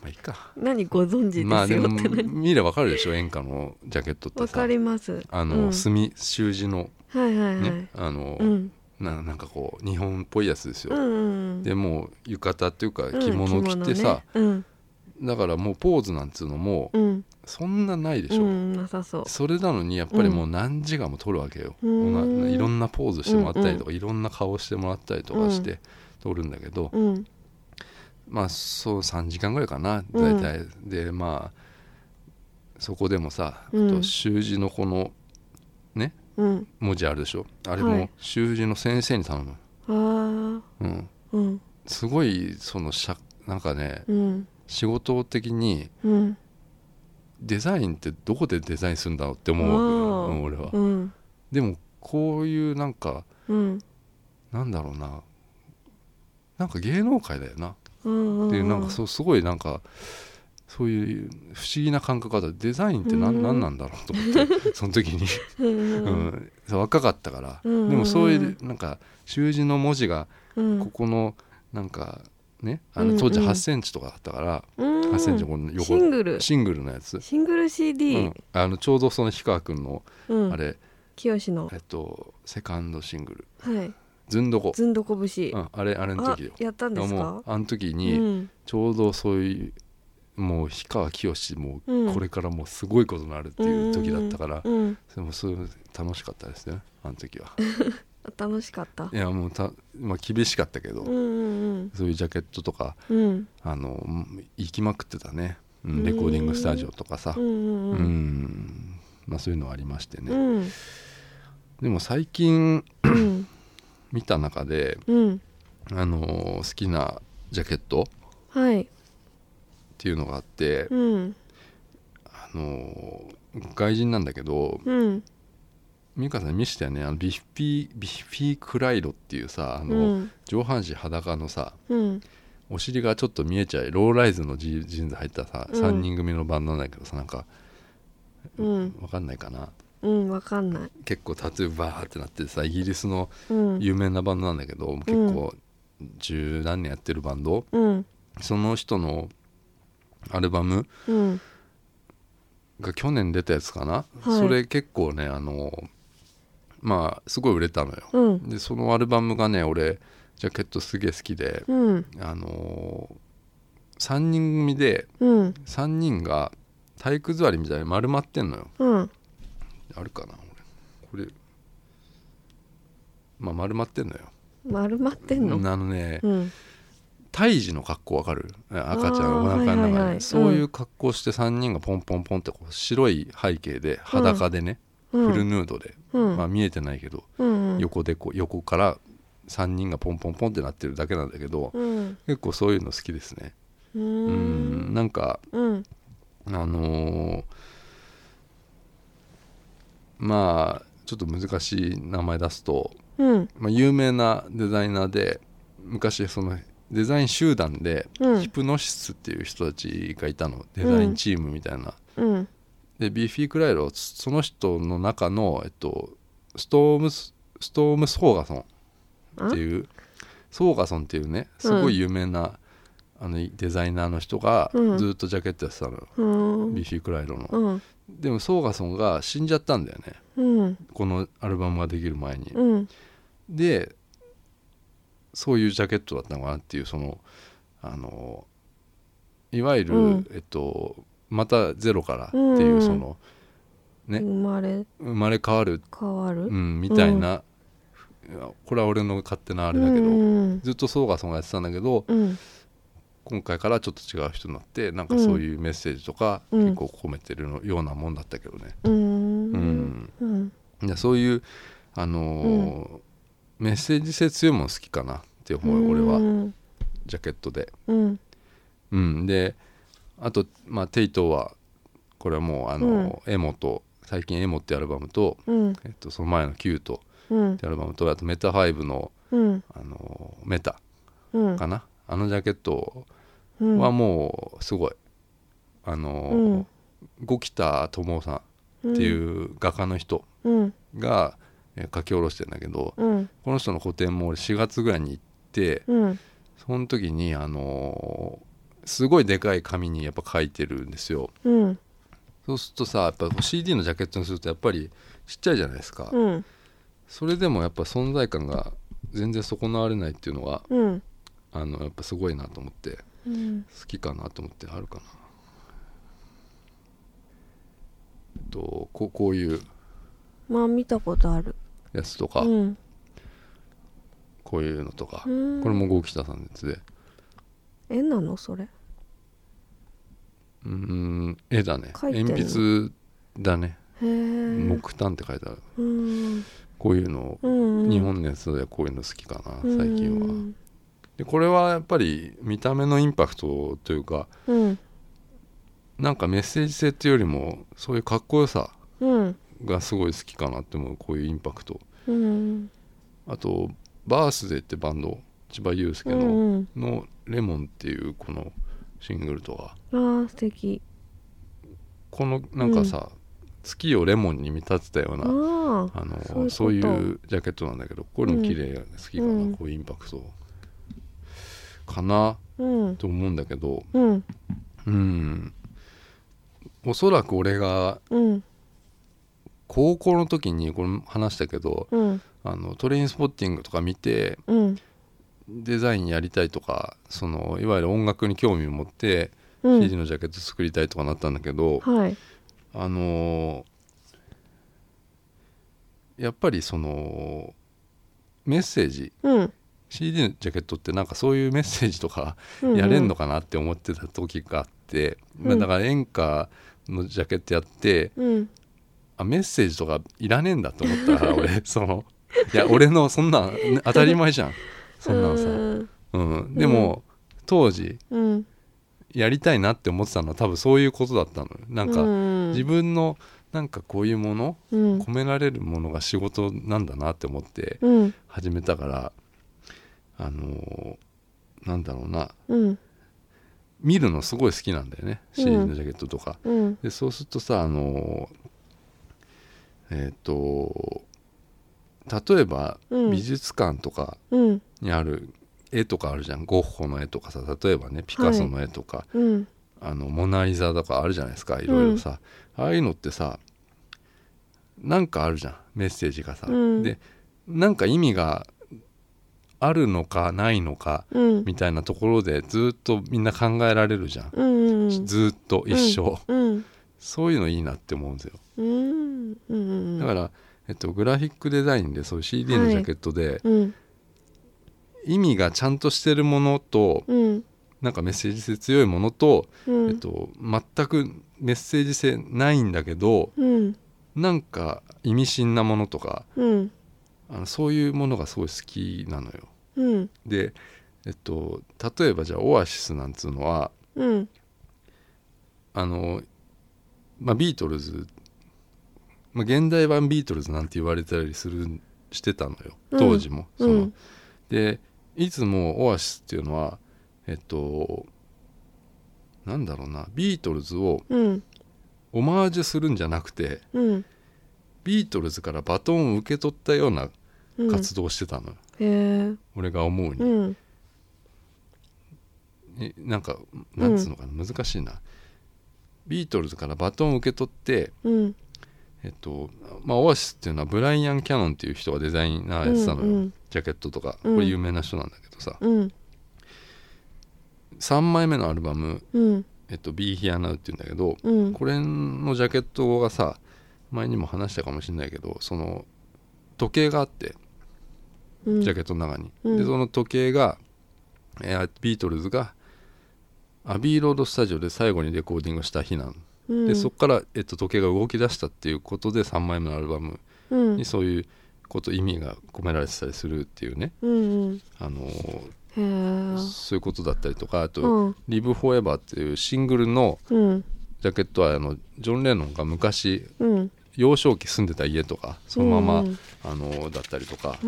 Speaker 1: まあいいか
Speaker 2: 何ご存知
Speaker 1: まあ
Speaker 2: です
Speaker 1: で
Speaker 2: よ
Speaker 1: も
Speaker 2: って何
Speaker 1: 見ればわかるでしょ演歌のジャケットって
Speaker 2: わ
Speaker 1: さ
Speaker 2: かります
Speaker 1: あ
Speaker 2: う
Speaker 1: の、
Speaker 2: ん
Speaker 1: 墨習字の
Speaker 2: はいはいは
Speaker 1: ね、
Speaker 2: い、
Speaker 1: あの、
Speaker 2: うん
Speaker 1: ななんかこう日本っぽいやつです
Speaker 2: う
Speaker 1: よ、
Speaker 2: んうん
Speaker 1: でもう浴衣っていうか
Speaker 2: うん
Speaker 1: 着物を着てさ、
Speaker 2: 着物ね
Speaker 1: だからもうポーズなんつうのも
Speaker 2: うんうん
Speaker 1: そんなないで
Speaker 2: う
Speaker 1: しょ、
Speaker 2: んなさそう
Speaker 1: それなのにやっぱりもう何時間も撮るわけよ、
Speaker 2: うん
Speaker 1: もうないろんなポーズしてもらったりとか、いろんな顔してもらったりとかして撮るんだけど、
Speaker 2: うん
Speaker 1: まあそう3時間ぐらいかな
Speaker 2: うん
Speaker 1: 大体、でまあそこでもさ、
Speaker 2: うん
Speaker 1: あと習字のこのね
Speaker 2: うん
Speaker 1: 文字あるでしょあれ
Speaker 2: は
Speaker 1: も
Speaker 2: い
Speaker 1: 習字の先生に頼む、
Speaker 2: あ
Speaker 1: うん、
Speaker 2: あうん
Speaker 1: すごいそのしゃなんかね
Speaker 2: うん
Speaker 1: 仕事的に
Speaker 2: うん
Speaker 1: デザインってどこでデザインするんだろうって思うわけよ
Speaker 2: あー
Speaker 1: うん俺は、
Speaker 2: うん
Speaker 1: でもこういうなんか
Speaker 2: うん
Speaker 1: なんだろうななんか芸能界だよな
Speaker 2: うん
Speaker 1: でなんか
Speaker 2: う
Speaker 1: そうすごいなんかそういう不思議な感覚があったデザインって
Speaker 2: う
Speaker 1: 何
Speaker 2: ん
Speaker 1: なんなんだろうと思って その時に、
Speaker 2: うん
Speaker 1: う
Speaker 2: うん
Speaker 1: ん、そう若かったから、
Speaker 2: うん
Speaker 1: でもそういうなんか習字の文字が
Speaker 2: うん
Speaker 1: ここのなんかねあ
Speaker 2: うんう
Speaker 1: の
Speaker 2: ん
Speaker 1: 当時8センチとかだったから、
Speaker 2: うん
Speaker 1: 8センチのこの横
Speaker 2: シングル
Speaker 1: シングルのやつ、
Speaker 2: シングル
Speaker 1: う
Speaker 2: CD、
Speaker 1: ん、あのちょうどその氷川君の
Speaker 2: うん、
Speaker 1: あれ、
Speaker 2: 清の
Speaker 1: えっとセカンドシングル
Speaker 2: はい
Speaker 1: 「ずんどこ」
Speaker 2: ずんどこ節、
Speaker 1: うん、あれあれの
Speaker 2: あ
Speaker 1: 時よ
Speaker 2: やったんです
Speaker 1: も
Speaker 2: か
Speaker 1: うあの時
Speaker 2: う
Speaker 1: に、
Speaker 2: ん
Speaker 1: ちょうどそういうもう氷川きよしも
Speaker 2: うん
Speaker 1: うこれからもうすごいことになるっていう時だったから、
Speaker 2: うん
Speaker 1: でもそういう楽しかったですねあの時は
Speaker 2: 楽しかった
Speaker 1: いやもうた、まあ、厳しかったけど、
Speaker 2: うんうん
Speaker 1: そういうジャケットとか
Speaker 2: うんうん
Speaker 1: あのうん行きまくってたね、う
Speaker 2: うん
Speaker 1: ん、レコーディングスタジオとかさ
Speaker 2: う、ん
Speaker 1: う
Speaker 2: うんん
Speaker 1: まあ、そういうのはありまして
Speaker 2: う
Speaker 1: ね、
Speaker 2: ん
Speaker 1: でも最近
Speaker 2: うん
Speaker 1: 見た中で、
Speaker 2: うん
Speaker 1: あのー好きなジャケットっ
Speaker 2: はい
Speaker 1: ていうのがあって、
Speaker 2: うん
Speaker 1: あのー外人なんだけど
Speaker 2: うん
Speaker 1: 美香さん見せたよねあのビッフィービッフィークライロっていうさあ
Speaker 2: う
Speaker 1: の、
Speaker 2: ん
Speaker 1: 上半身裸のさ
Speaker 2: うん
Speaker 1: お尻がちょっと見えちゃうローライズのジジーンズ入ったさ、
Speaker 2: うん
Speaker 1: 3人組のバンドなんだけどさなんか
Speaker 2: うん
Speaker 1: わかんないかな
Speaker 2: うんわかんない
Speaker 1: 結構タトゥーバーってなっててさイギリスの
Speaker 2: うん
Speaker 1: 有名なバンドなんだけど、結構十何年やってるバンド
Speaker 2: うん
Speaker 1: その人のアルバム
Speaker 2: うん
Speaker 1: が去年出たやつかな、
Speaker 2: はい
Speaker 1: それ結構ねあのまあすごい売れたのよ、
Speaker 2: うん
Speaker 1: でそのアルバムがね俺ジャケットすげえ好きで、
Speaker 2: うん
Speaker 1: あのー、3人組で
Speaker 2: うん
Speaker 1: 3人が体育座りみたいに丸まってんのよ
Speaker 2: うん
Speaker 1: あるかな俺これまあ丸まってんのよ
Speaker 2: 丸まってんの
Speaker 1: あのね、
Speaker 2: うん
Speaker 1: 胎児の格好わかる赤ちゃんお
Speaker 2: あー
Speaker 1: 腹の中に、
Speaker 2: はいはいはい
Speaker 1: そういう格好して3人がポンポンポンってこう白い背景で裸でね、
Speaker 2: うん
Speaker 1: フルヌードで、
Speaker 2: うん
Speaker 1: まあ、見えてないけど、
Speaker 2: うん
Speaker 1: 横でこう横から3人がポンポンポンってなってるだけなんだけど、
Speaker 2: うん
Speaker 1: 結構そういうの好きですね
Speaker 2: う
Speaker 1: うん
Speaker 2: ん
Speaker 1: なんか
Speaker 2: うん
Speaker 1: あのーまあちょっと難しい名前出すと、
Speaker 2: うん
Speaker 1: まあ、有名なデザイナーで昔そのデザイン集団で
Speaker 2: うん
Speaker 1: ヒプノシスっていう人たちがいたのデザインチームみたいな、
Speaker 2: うん
Speaker 1: でビーフィー・クライロその人の中の、えっと、ストームスストームス・ホーガソン
Speaker 2: あ
Speaker 1: っていうソーガソンっていうねすごい有名な、あのデザイナーの人が
Speaker 2: うん
Speaker 1: ずっとジャケットやってたのよ、
Speaker 2: うん
Speaker 1: ビーフィー・クライロの、
Speaker 2: うん
Speaker 1: でもソーガソンが死んじゃったんだよね
Speaker 2: うん
Speaker 1: このアルバムができる前に、
Speaker 2: うん
Speaker 1: でそういうジャケットだったのかなっていうそのあのいわゆる、
Speaker 2: うん
Speaker 1: えっとまたゼロからっていうその、ね
Speaker 2: 生まれ
Speaker 1: 生まれ変わる、
Speaker 2: 変わる
Speaker 1: うん、みたいな、これは俺の勝手なあれだけど、
Speaker 2: うん
Speaker 1: ずっとソーガソンがやってたんだけど、
Speaker 2: うん
Speaker 1: 今回からちょっと違う人になってなんかそういうメッセージとか
Speaker 2: うん
Speaker 1: 結構込めてるのようなもんだったけどね、
Speaker 2: うん
Speaker 1: うん
Speaker 2: うん
Speaker 1: いやそういう、あのーメッセージ性強いもの好きかなって思う俺
Speaker 2: う
Speaker 1: は
Speaker 2: ん
Speaker 1: ジャケットで、
Speaker 2: うん
Speaker 1: うん、であと、まあ、テイトはこれはもう、あのーエモと最近「エモ」ってアルバムと、
Speaker 2: うん
Speaker 1: えっと、その前の「キュート」
Speaker 2: うん
Speaker 1: ってアルバムとあと「メタ5の
Speaker 2: うん
Speaker 1: あのーメタ
Speaker 2: うん
Speaker 1: かな、あのジャケット
Speaker 2: うん
Speaker 1: はもうすごい、あの、
Speaker 2: うん
Speaker 1: 五木田智夫さんっていう画家の人
Speaker 2: うん
Speaker 1: が、えー書き下ろしてんだけど
Speaker 2: うん
Speaker 1: この人の個展も俺4月ぐらいに行って
Speaker 2: うん
Speaker 1: その時にあのーすごいでかい紙にやっぱ書いてるんですよ
Speaker 2: うん
Speaker 1: そうするとさやっぱこう CD のジャケットにするとやっぱりちっちゃいじゃないですか、
Speaker 2: うん
Speaker 1: それでもやっぱ存在感が全然損なわれないっていうのが
Speaker 2: うん
Speaker 1: あのやっぱすごいなと思って
Speaker 2: うん
Speaker 1: 好きかなと思ってあるかなえっとこうこういう
Speaker 2: まあ見たことある
Speaker 1: やつとか、
Speaker 2: うん
Speaker 1: こういうのとか、
Speaker 2: うん
Speaker 1: これも郷北さんのやつで
Speaker 2: 絵なのそれ
Speaker 1: うーん絵だね
Speaker 2: 書いてんの
Speaker 1: 鉛筆だね
Speaker 2: へえ
Speaker 1: 木炭って書いてある
Speaker 2: うん
Speaker 1: こういうの
Speaker 2: う
Speaker 1: を
Speaker 2: ん
Speaker 1: 日本のやつでこういうの好きかな、
Speaker 2: うん
Speaker 1: 最近はでこれはやっぱり見た目のインパクトというか
Speaker 2: うん
Speaker 1: なんかメッセージ性っていうよりもそういうかっこよさ
Speaker 2: うん
Speaker 1: がすごい好きかなって思うこういうインパクト
Speaker 2: うん
Speaker 1: あとバースデーってバンド千葉雄
Speaker 2: う
Speaker 1: 介の、
Speaker 2: ん
Speaker 1: のレモンっていうこのシングルとか
Speaker 2: うんああ素敵
Speaker 1: このなんかさ、月をレモンに見立てたような、
Speaker 2: ああ
Speaker 1: あの
Speaker 2: そういうこと
Speaker 1: そういうジャケットなんだけどこれも綺麗、好きかな、
Speaker 2: うん
Speaker 1: こういうインパクトかな
Speaker 2: うん
Speaker 1: と思うんだけど
Speaker 2: うん
Speaker 1: うんおそらく俺が
Speaker 2: うん
Speaker 1: 高校の時にこれ話したけど
Speaker 2: うん
Speaker 1: あのトレインスポッティングとか見て
Speaker 2: うん
Speaker 1: デザインやりたいとかそのいわゆる音楽に興味を持って
Speaker 2: う
Speaker 1: CD
Speaker 2: ん
Speaker 1: のジャケット作りたいとかなったんだけど、
Speaker 2: はい
Speaker 1: あのーやっぱりそのメッセージ
Speaker 2: うん
Speaker 1: CD のジャケットってなんかそういうメッセージとか
Speaker 2: うんうん
Speaker 1: やれんのかなって思ってた時があって、まあ
Speaker 2: うん
Speaker 1: だから演歌のジャケットやって
Speaker 2: うん
Speaker 1: あメッセージとかいらねえんだと思ったから俺そのいや俺のそんなんね当たり前じゃんそんなのさ。
Speaker 2: うん
Speaker 1: うん、でも、当時
Speaker 2: うん
Speaker 1: やりたいなって思ってたのは多分そういうことだったのよなんか、
Speaker 2: うん
Speaker 1: 自分のなんかこういうもの
Speaker 2: うん
Speaker 1: 込められるものが仕事なんだなって思って
Speaker 2: うん
Speaker 1: 始めたからあのーなんだろうな
Speaker 2: うん
Speaker 1: 見るのすごい好きなんだよね CD
Speaker 2: うん
Speaker 1: のジャケットとか、
Speaker 2: うん
Speaker 1: でそうするとさあのーえっ、と例えば
Speaker 2: うん
Speaker 1: 美術館とか
Speaker 2: うん
Speaker 1: にある絵とかあるじゃんゴッホの絵とかさ例えばねピカソの絵とか、
Speaker 2: うん
Speaker 1: あのモナ・リザとかあるじゃないですかいろいろさ、ああいうのってさなんかあるじゃんメッセージがさ、
Speaker 2: うん
Speaker 1: でなんか意味があるのかないのか
Speaker 2: うん
Speaker 1: みたいなところでずっとみんな考えられるじゃん、
Speaker 2: うんうん
Speaker 1: ずっと一生、
Speaker 2: うん
Speaker 1: そういうのいいなって思うんですよ
Speaker 2: うんうん
Speaker 1: だから、えっと、グラフィックデザインでそういう CD のジャケットで、
Speaker 2: うん
Speaker 1: 意味がちゃんとしてるものと
Speaker 2: うん
Speaker 1: なんかメッセージ性強いものと、
Speaker 2: うん
Speaker 1: えっと、全くメッセージ性ないんだけど、
Speaker 2: うん
Speaker 1: なんか意味深なものとか
Speaker 2: うん
Speaker 1: あのそういうものがすごい好きなのよ。
Speaker 2: うん
Speaker 1: で、えっと、例えばじゃあオアシスなんつうのは
Speaker 2: うん
Speaker 1: あの、まあ、ビートルズ、まあ、現代版ビートルズなんて言われたりするしてたのよ
Speaker 2: うん
Speaker 1: 当時も。
Speaker 2: う
Speaker 1: その
Speaker 2: ん
Speaker 1: でいつもオアシスっていうのはえっとなんだろうなビートルズを
Speaker 2: うん
Speaker 1: オマージュするんじゃなくて
Speaker 2: うん
Speaker 1: ビートルズからバトンを受け取ったような
Speaker 2: うん
Speaker 1: 活動をしてたのよ。
Speaker 2: へえ
Speaker 1: 俺が思う
Speaker 2: う
Speaker 1: に、
Speaker 2: ん
Speaker 1: えなんかなんつうのかな、難しいなビートルズからバトンを受け取って
Speaker 2: うん
Speaker 1: えっとまあオアシスっていうのはブライアン・キャノンっていう人がデザイナーやってたのよ、
Speaker 2: うんうん
Speaker 1: ジャケットとか
Speaker 2: うん
Speaker 1: これ有名な人なんだけどさ、
Speaker 2: うん
Speaker 1: 3枚目のアルバム
Speaker 2: うん
Speaker 1: 「えっと、Be Here Now」っていうんだけど、
Speaker 2: うん
Speaker 1: これのジャケットがさ前にも話したかもしれないけどその時計があって
Speaker 2: うん
Speaker 1: ジャケットの中に、
Speaker 2: うん
Speaker 1: でその時計が、えービートルズがアビーロードスタジオで最後にレコーディングした日なの
Speaker 2: うん
Speaker 1: でそこから、えっと、時計が動き出したっていうことで3枚目のアルバム
Speaker 2: うん
Speaker 1: にそういうこと意味が込められてたりするっていうね、
Speaker 2: うんうん
Speaker 1: あのー
Speaker 2: へえ
Speaker 1: そういうことだったりとかあと「
Speaker 2: うん
Speaker 1: Live Forever」っていうシングルの
Speaker 2: うん
Speaker 1: ジャケットはあのジョン・レノンが昔
Speaker 2: うん
Speaker 1: 幼少期住んでた家とかそのまま、
Speaker 2: うん
Speaker 1: あのーだったりとか
Speaker 2: へ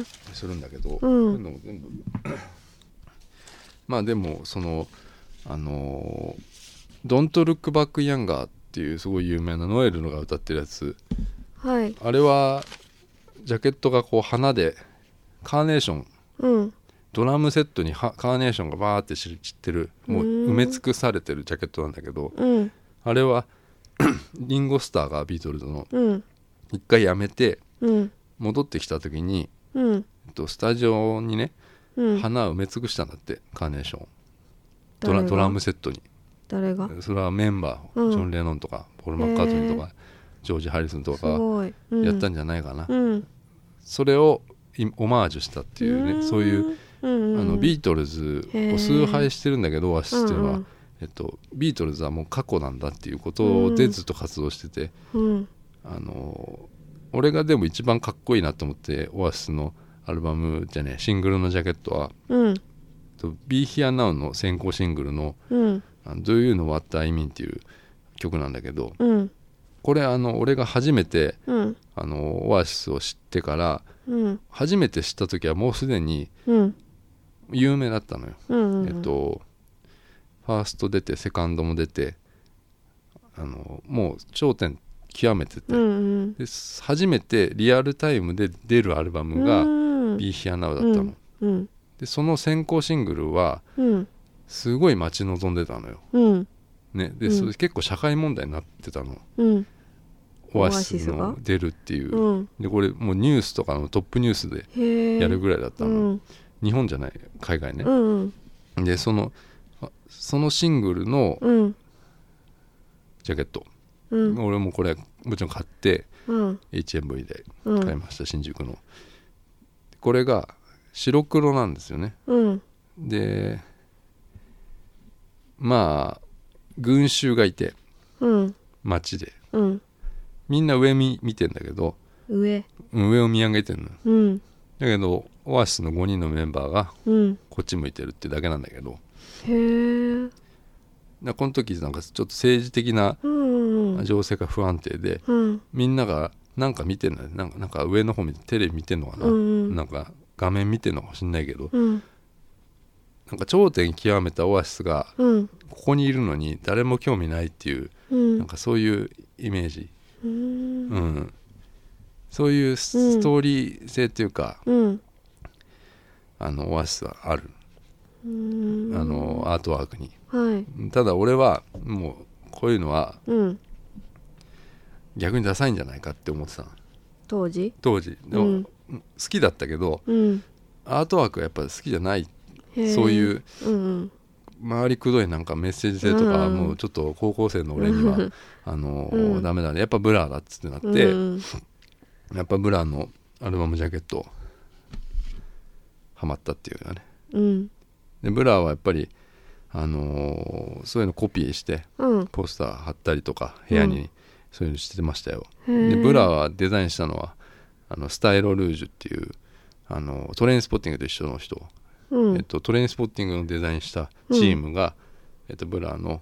Speaker 2: え
Speaker 1: するんだけど、
Speaker 2: うん
Speaker 1: そういうのも全部まあでもそのあの「Don't Look Back Younger」っていうすごい有名なノエルのが歌ってるやつ
Speaker 2: はい
Speaker 1: あれはジャケットがこう花でカーネーション
Speaker 2: うん
Speaker 1: ドラムセットにはカーネーションがバーって散ってるもう
Speaker 2: うん
Speaker 1: 埋め尽くされてるジャケットなんだけど
Speaker 2: うん
Speaker 1: あれは リンゴスターがビートルズの
Speaker 2: うん
Speaker 1: 一回やめて
Speaker 2: うん
Speaker 1: 戻ってきた時に、
Speaker 2: うん
Speaker 1: えっと、スタジオにね
Speaker 2: うん
Speaker 1: 花を埋め尽くしたんだってカーネーションをド
Speaker 2: 誰
Speaker 1: ラ
Speaker 2: が
Speaker 1: ドラムセットに
Speaker 2: 誰が
Speaker 1: それはメンバー、
Speaker 2: うん
Speaker 1: ジョン・レノンとかポール・マッカートニーとかジョージ・ハリスンと
Speaker 2: す
Speaker 1: か
Speaker 2: ごい、うん、
Speaker 1: やった
Speaker 2: っ
Speaker 1: んじゃないかな、
Speaker 2: うん、っ
Speaker 1: それをいオマージュしたっていうねそういう、
Speaker 2: うんうん、
Speaker 1: あのビートルズを崇拝してるんだけどオアシスっていうのは、
Speaker 2: うんうん
Speaker 1: えっと、ビートルズはもう過去なんだっていうことでずっと活動してて、
Speaker 2: うん
Speaker 1: あの俺がでも一番かっこいいなと思ってオアシスのアルバムじゃねえシングルのジャケットは
Speaker 2: うん
Speaker 1: えっと「Be Here Now」の先行シングルの
Speaker 2: うん
Speaker 1: 「あの Do You Know What I Mean」っていう曲なんだけど
Speaker 2: うん
Speaker 1: これあの俺が初めて
Speaker 2: うん
Speaker 1: あのオアシスを知ってから
Speaker 2: うん
Speaker 1: 初めて知った時はもうすでに
Speaker 2: うん
Speaker 1: 有名だったのよ。
Speaker 2: うん
Speaker 1: えっとファースト出てセカンドも出てあのもう頂点極めてて、
Speaker 2: うんうん
Speaker 1: で初めてリアルタイムで出るアルバム
Speaker 2: う
Speaker 1: が「
Speaker 2: ん
Speaker 1: Be Here Now」だったの、
Speaker 2: うん
Speaker 1: でその先行シングルは
Speaker 2: うん
Speaker 1: すごい待ち望んでたのよ、
Speaker 2: うん
Speaker 1: ね、で、
Speaker 2: うん
Speaker 1: それ結構社会問題になってたの
Speaker 2: うん
Speaker 1: オ
Speaker 2: オ
Speaker 1: ア
Speaker 2: ア
Speaker 1: シ
Speaker 2: シ
Speaker 1: ス
Speaker 2: スが
Speaker 1: の出るっていう、
Speaker 2: うん
Speaker 1: でこれもうニュースとかのトップニュースで
Speaker 2: へえ
Speaker 1: やるぐらいだった
Speaker 2: う
Speaker 1: の、
Speaker 2: ん
Speaker 1: 日本じゃない海外ね
Speaker 2: う、ん
Speaker 1: でそのあそのシングルの
Speaker 2: うん
Speaker 1: ジャケット、
Speaker 2: うん
Speaker 1: 俺もこれもちろん買って
Speaker 2: うん
Speaker 1: HMV で
Speaker 2: うん
Speaker 1: 買いました、新宿のこれが白黒なんですよね
Speaker 2: うん
Speaker 1: でまあ群衆がいて
Speaker 2: うん
Speaker 1: 街で
Speaker 2: うん
Speaker 1: みんな上見見てんだけど
Speaker 2: 上
Speaker 1: うん上を見上げてんのだ
Speaker 2: うん
Speaker 1: けどオアシスの5人のメンバーが
Speaker 2: うん
Speaker 1: こっち向いてるってだけなんだけど
Speaker 2: へえ
Speaker 1: なこの時なんかちょっと政治的な
Speaker 2: うんうん
Speaker 1: 情勢が不安定で
Speaker 2: うん
Speaker 1: みんながなんか見てんだよねなんかなんか上の方見てテレビ見てんのかな、
Speaker 2: うんうん
Speaker 1: なんか画面見てんのかもしんないけど
Speaker 2: うん
Speaker 1: なんか頂点極めたオアシスが
Speaker 2: うん
Speaker 1: ここにいるのに誰も興味ないっていう
Speaker 2: うん
Speaker 1: なんかそういうイメージ、
Speaker 2: う
Speaker 1: うんん、そういう
Speaker 2: うん
Speaker 1: ストーリー性というか、
Speaker 2: うん
Speaker 1: あのオアシスはある、
Speaker 2: うん
Speaker 1: あのアートワークに
Speaker 2: はい
Speaker 1: ただ俺はもうこういうのは
Speaker 2: うん
Speaker 1: 逆にダサいんじゃないかって思ってたの
Speaker 2: 当時
Speaker 1: 当時でも、
Speaker 2: うん
Speaker 1: 好きだったけど
Speaker 2: うん
Speaker 1: アートワークはやっぱ好きじゃない
Speaker 2: へえ
Speaker 1: そういう
Speaker 2: うん
Speaker 1: 周りくどいなんかメッセージ性とか、
Speaker 2: うん
Speaker 1: もうちょっと高校生の俺には、
Speaker 2: うん
Speaker 1: あの
Speaker 2: うん
Speaker 1: ダメだねやっぱブラだっつってなって、
Speaker 2: うんうん
Speaker 1: やっぱブラのアルバムジャケットハマったっていうかね
Speaker 2: うん
Speaker 1: でブラはやっぱり、あのーそういうのコピーして
Speaker 2: うん
Speaker 1: ポスター貼ったりとか部屋
Speaker 2: う
Speaker 1: にそういうのしてましたよ、
Speaker 2: へー
Speaker 1: でブラはデザインしたのはあのスタイロ・ルージュっていうあのトレインスポッティングと一緒の人、
Speaker 2: うん
Speaker 1: えっと、トレインスポッティングのデザインしたチームが、えっと、ブラの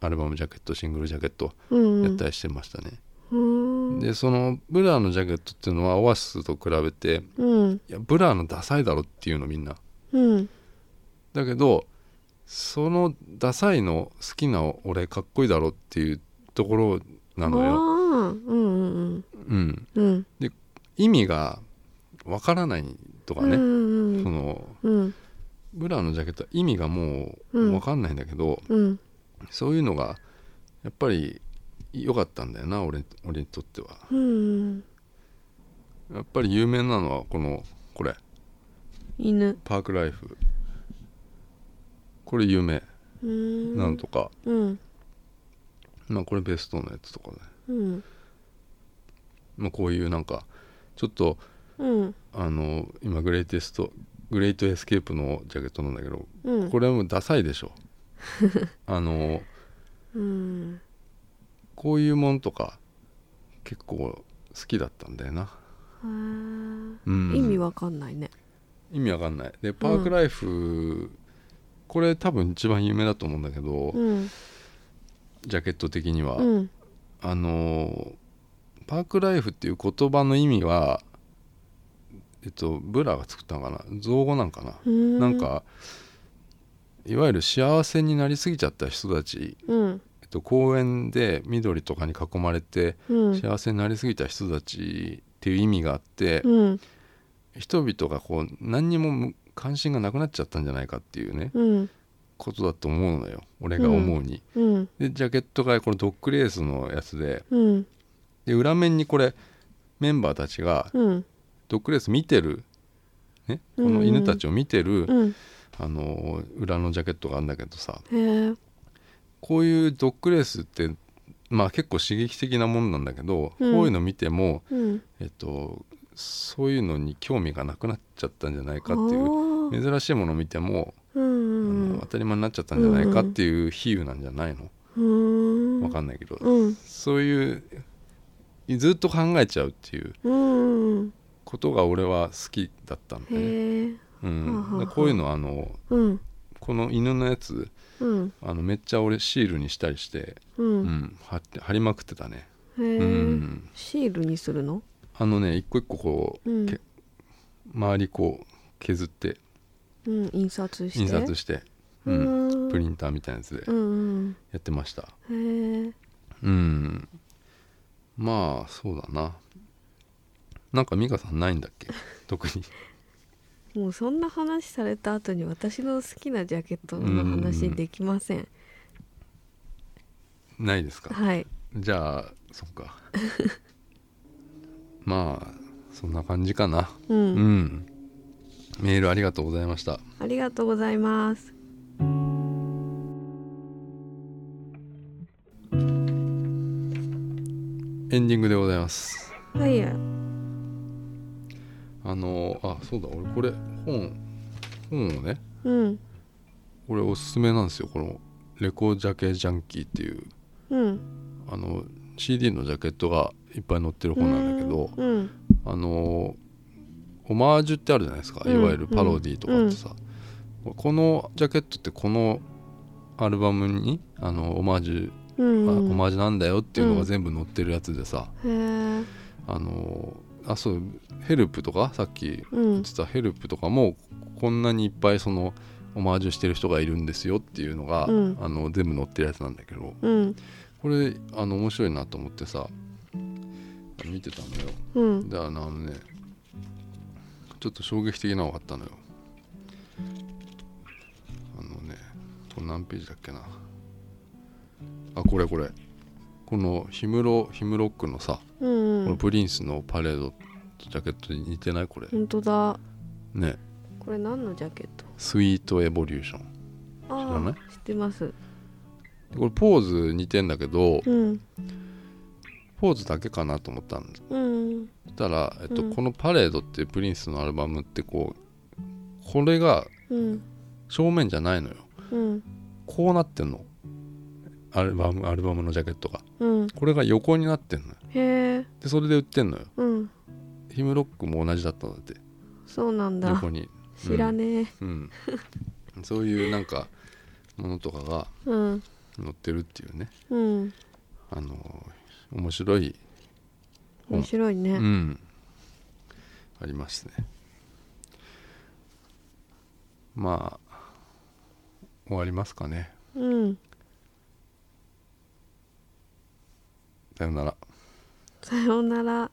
Speaker 1: アルバムジャケットシングルジャケット
Speaker 2: うん
Speaker 1: やったりしてましたね、
Speaker 2: うん
Speaker 1: でそのブラのジャケットっていうのはオアシスと比べて
Speaker 2: うん
Speaker 1: いやブラのダサいだろっていうのみんな
Speaker 2: うん
Speaker 1: だけどそのダサいの好きな俺かっこいいだろっていうところなのよ、
Speaker 2: あーうん
Speaker 1: うん、
Speaker 2: うんうん
Speaker 1: 意味がわからないとか
Speaker 2: うんう
Speaker 1: ね、
Speaker 2: ん
Speaker 1: その
Speaker 2: うん
Speaker 1: ブラのジャケットは意味がも
Speaker 2: う
Speaker 1: うんわかんないんだけど、
Speaker 2: うん
Speaker 1: そういうのがやっぱり良かったんだよな俺俺にとっては
Speaker 2: うん
Speaker 1: やっぱり有名なのはこのこれ
Speaker 2: 犬
Speaker 1: パークライフこれ有名
Speaker 2: うん
Speaker 1: なんとか、
Speaker 2: うん
Speaker 1: まあこれベストのやつとかね、
Speaker 2: うん
Speaker 1: まあ、こういうなんかちょっと
Speaker 2: うん
Speaker 1: あの今グレイテストグレイトエスケープのジャケットなんだけど
Speaker 2: うん
Speaker 1: これはもうダサいで しょあの
Speaker 2: うん
Speaker 1: こういうもんとか結構好きだったんだよな、
Speaker 2: へー
Speaker 1: うん
Speaker 2: 意味わかんないね
Speaker 1: 意味わかんないでパークライフ、これ多分一番有名だと思うんだけど、
Speaker 2: うん
Speaker 1: ジャケット的には、
Speaker 2: うん
Speaker 1: あのパークライフっていう言葉の意味はえっとブラが作ったのかな造語なんかな、
Speaker 2: うん
Speaker 1: なんかいわゆる幸せになりすぎちゃった人たち、
Speaker 2: うん
Speaker 1: えっと、公園で緑とかに囲まれて
Speaker 2: うん
Speaker 1: 幸せになりすぎた人たちっていう意味があって、
Speaker 2: うん
Speaker 1: 人々がこう何にも無関心がなくなっちゃったんじゃないかっていうね、
Speaker 2: うん
Speaker 1: ことだと思うのよ俺が思うに。
Speaker 2: うん
Speaker 1: でジャケットがこのドッグレースのやつで
Speaker 2: うん
Speaker 1: で裏面にこれメンバーたちが
Speaker 2: うん
Speaker 1: ドッグレース見てる、ね、こ
Speaker 2: うんう
Speaker 1: の
Speaker 2: ん
Speaker 1: 犬たちを見てる、
Speaker 2: うん
Speaker 1: あのー裏のジャケットがあるんだけどさ
Speaker 2: へえ
Speaker 1: こういうドッグレースって、まあ、結構刺激的なもんなんだけど、
Speaker 2: うん
Speaker 1: こういうの見ても、
Speaker 2: うん
Speaker 1: えっと、そういうのに興味がなくなっちゃったんじゃないかっていう
Speaker 2: あー
Speaker 1: 珍しいもの見ても、
Speaker 2: うん
Speaker 1: あ
Speaker 2: う
Speaker 1: の
Speaker 2: ん
Speaker 1: 当たり前になっちゃったんじゃないかっていう比喩なんじゃないの、
Speaker 2: うん
Speaker 1: わかんないけど、
Speaker 2: うん
Speaker 1: そういうずっと考えちゃうっていう
Speaker 2: うん
Speaker 1: ことが俺は好きだったんだね、
Speaker 2: へえ
Speaker 1: うん、
Speaker 2: は
Speaker 1: で
Speaker 2: は
Speaker 1: こういうのあの
Speaker 2: うん
Speaker 1: この犬のやつ
Speaker 2: うん
Speaker 1: あのめっちゃ俺シールにしたりして、
Speaker 2: う
Speaker 1: うんん、貼って貼りまくってたね、
Speaker 2: へ
Speaker 1: う
Speaker 2: え
Speaker 1: ん、
Speaker 2: シールにするの
Speaker 1: あのね一個一個こう、
Speaker 2: うん
Speaker 1: け周りこう削って
Speaker 2: うん印刷して
Speaker 1: 印刷して、う
Speaker 2: うんん
Speaker 1: プリンターみたいなやつで
Speaker 2: うん
Speaker 1: やってました
Speaker 2: うんへえ
Speaker 1: うんまあそうだななんか美香さんないんだっけ特に
Speaker 2: もうそんな話された後に私の好きなジャケットの話できません
Speaker 1: ないですか
Speaker 2: はい
Speaker 1: じゃあそっかまあそんな感じかな
Speaker 2: う、
Speaker 1: うんんメールありがとうございました
Speaker 2: ありがとうございます
Speaker 1: エンディングでございます
Speaker 2: はいや
Speaker 1: あのあそうだ俺これ本本をね
Speaker 2: うん
Speaker 1: これおすすめなんですよこの「レコジャケジャンキー」っていう
Speaker 2: うん
Speaker 1: あの CD のジャケットがいっぱい載ってる本なんだけど
Speaker 2: うん
Speaker 1: あのオマージュってあるじゃないですか
Speaker 2: うん
Speaker 1: いわゆるパロディとかってさ、このジャケットってこのアルバムにあのオマージュ、
Speaker 2: うん
Speaker 1: あ
Speaker 2: う
Speaker 1: オ
Speaker 2: ん
Speaker 1: マージュなんだよっていうの
Speaker 2: う
Speaker 1: が
Speaker 2: ん
Speaker 1: 全部載ってるやつでさ、
Speaker 2: へえ
Speaker 1: あのあそうヘルプとかさっき言
Speaker 2: うん
Speaker 1: ってたヘルプとかもこんなにいっぱいそのオマージュしてる人がいるんですよっていうのが、
Speaker 2: うん
Speaker 1: あの全部載ってるやつなんだけど
Speaker 2: うん
Speaker 1: これあの面白いなと思ってさ見てたのよ。
Speaker 2: うん
Speaker 1: であのあのねちょっと衝撃的なのがあったのよあのねこれ何ページだっけなあこれこれこのヒムロヒムロックのさ、
Speaker 2: う
Speaker 1: こ
Speaker 2: んう
Speaker 1: の
Speaker 2: ん
Speaker 1: プリンスのパレードとジャケットに似てないこれ
Speaker 2: 本当だ
Speaker 1: ね
Speaker 2: これ何のジャケット
Speaker 1: スイートエボリューション
Speaker 2: あ
Speaker 1: らない
Speaker 2: ー知ってます
Speaker 1: でこれポーズ似てんだけど
Speaker 2: うん
Speaker 1: ポーズだけかなと思ったんだ
Speaker 2: うん
Speaker 1: そしたら、えっと
Speaker 2: うん
Speaker 1: このパレードっていうプリンスのアルバムってこうこれが
Speaker 2: うん
Speaker 1: 正面じゃないのよ
Speaker 2: うん
Speaker 1: こうなってんのアルバムアルバムのジャケットが
Speaker 2: うん
Speaker 1: これが横になってんのよ
Speaker 2: へえ
Speaker 1: でそれで売ってんのよ
Speaker 2: うん
Speaker 1: ヒムロックも同じだったんだって
Speaker 2: そうなんだ
Speaker 1: 横に
Speaker 2: 知らね
Speaker 1: うんそういうなん かものとかが
Speaker 2: えうん
Speaker 1: 載ってるっていうね
Speaker 2: うん
Speaker 1: あのー面白い
Speaker 2: 面白いうね
Speaker 1: んありますねまあ終わりますかね
Speaker 2: うん
Speaker 1: さよなら
Speaker 2: さようなら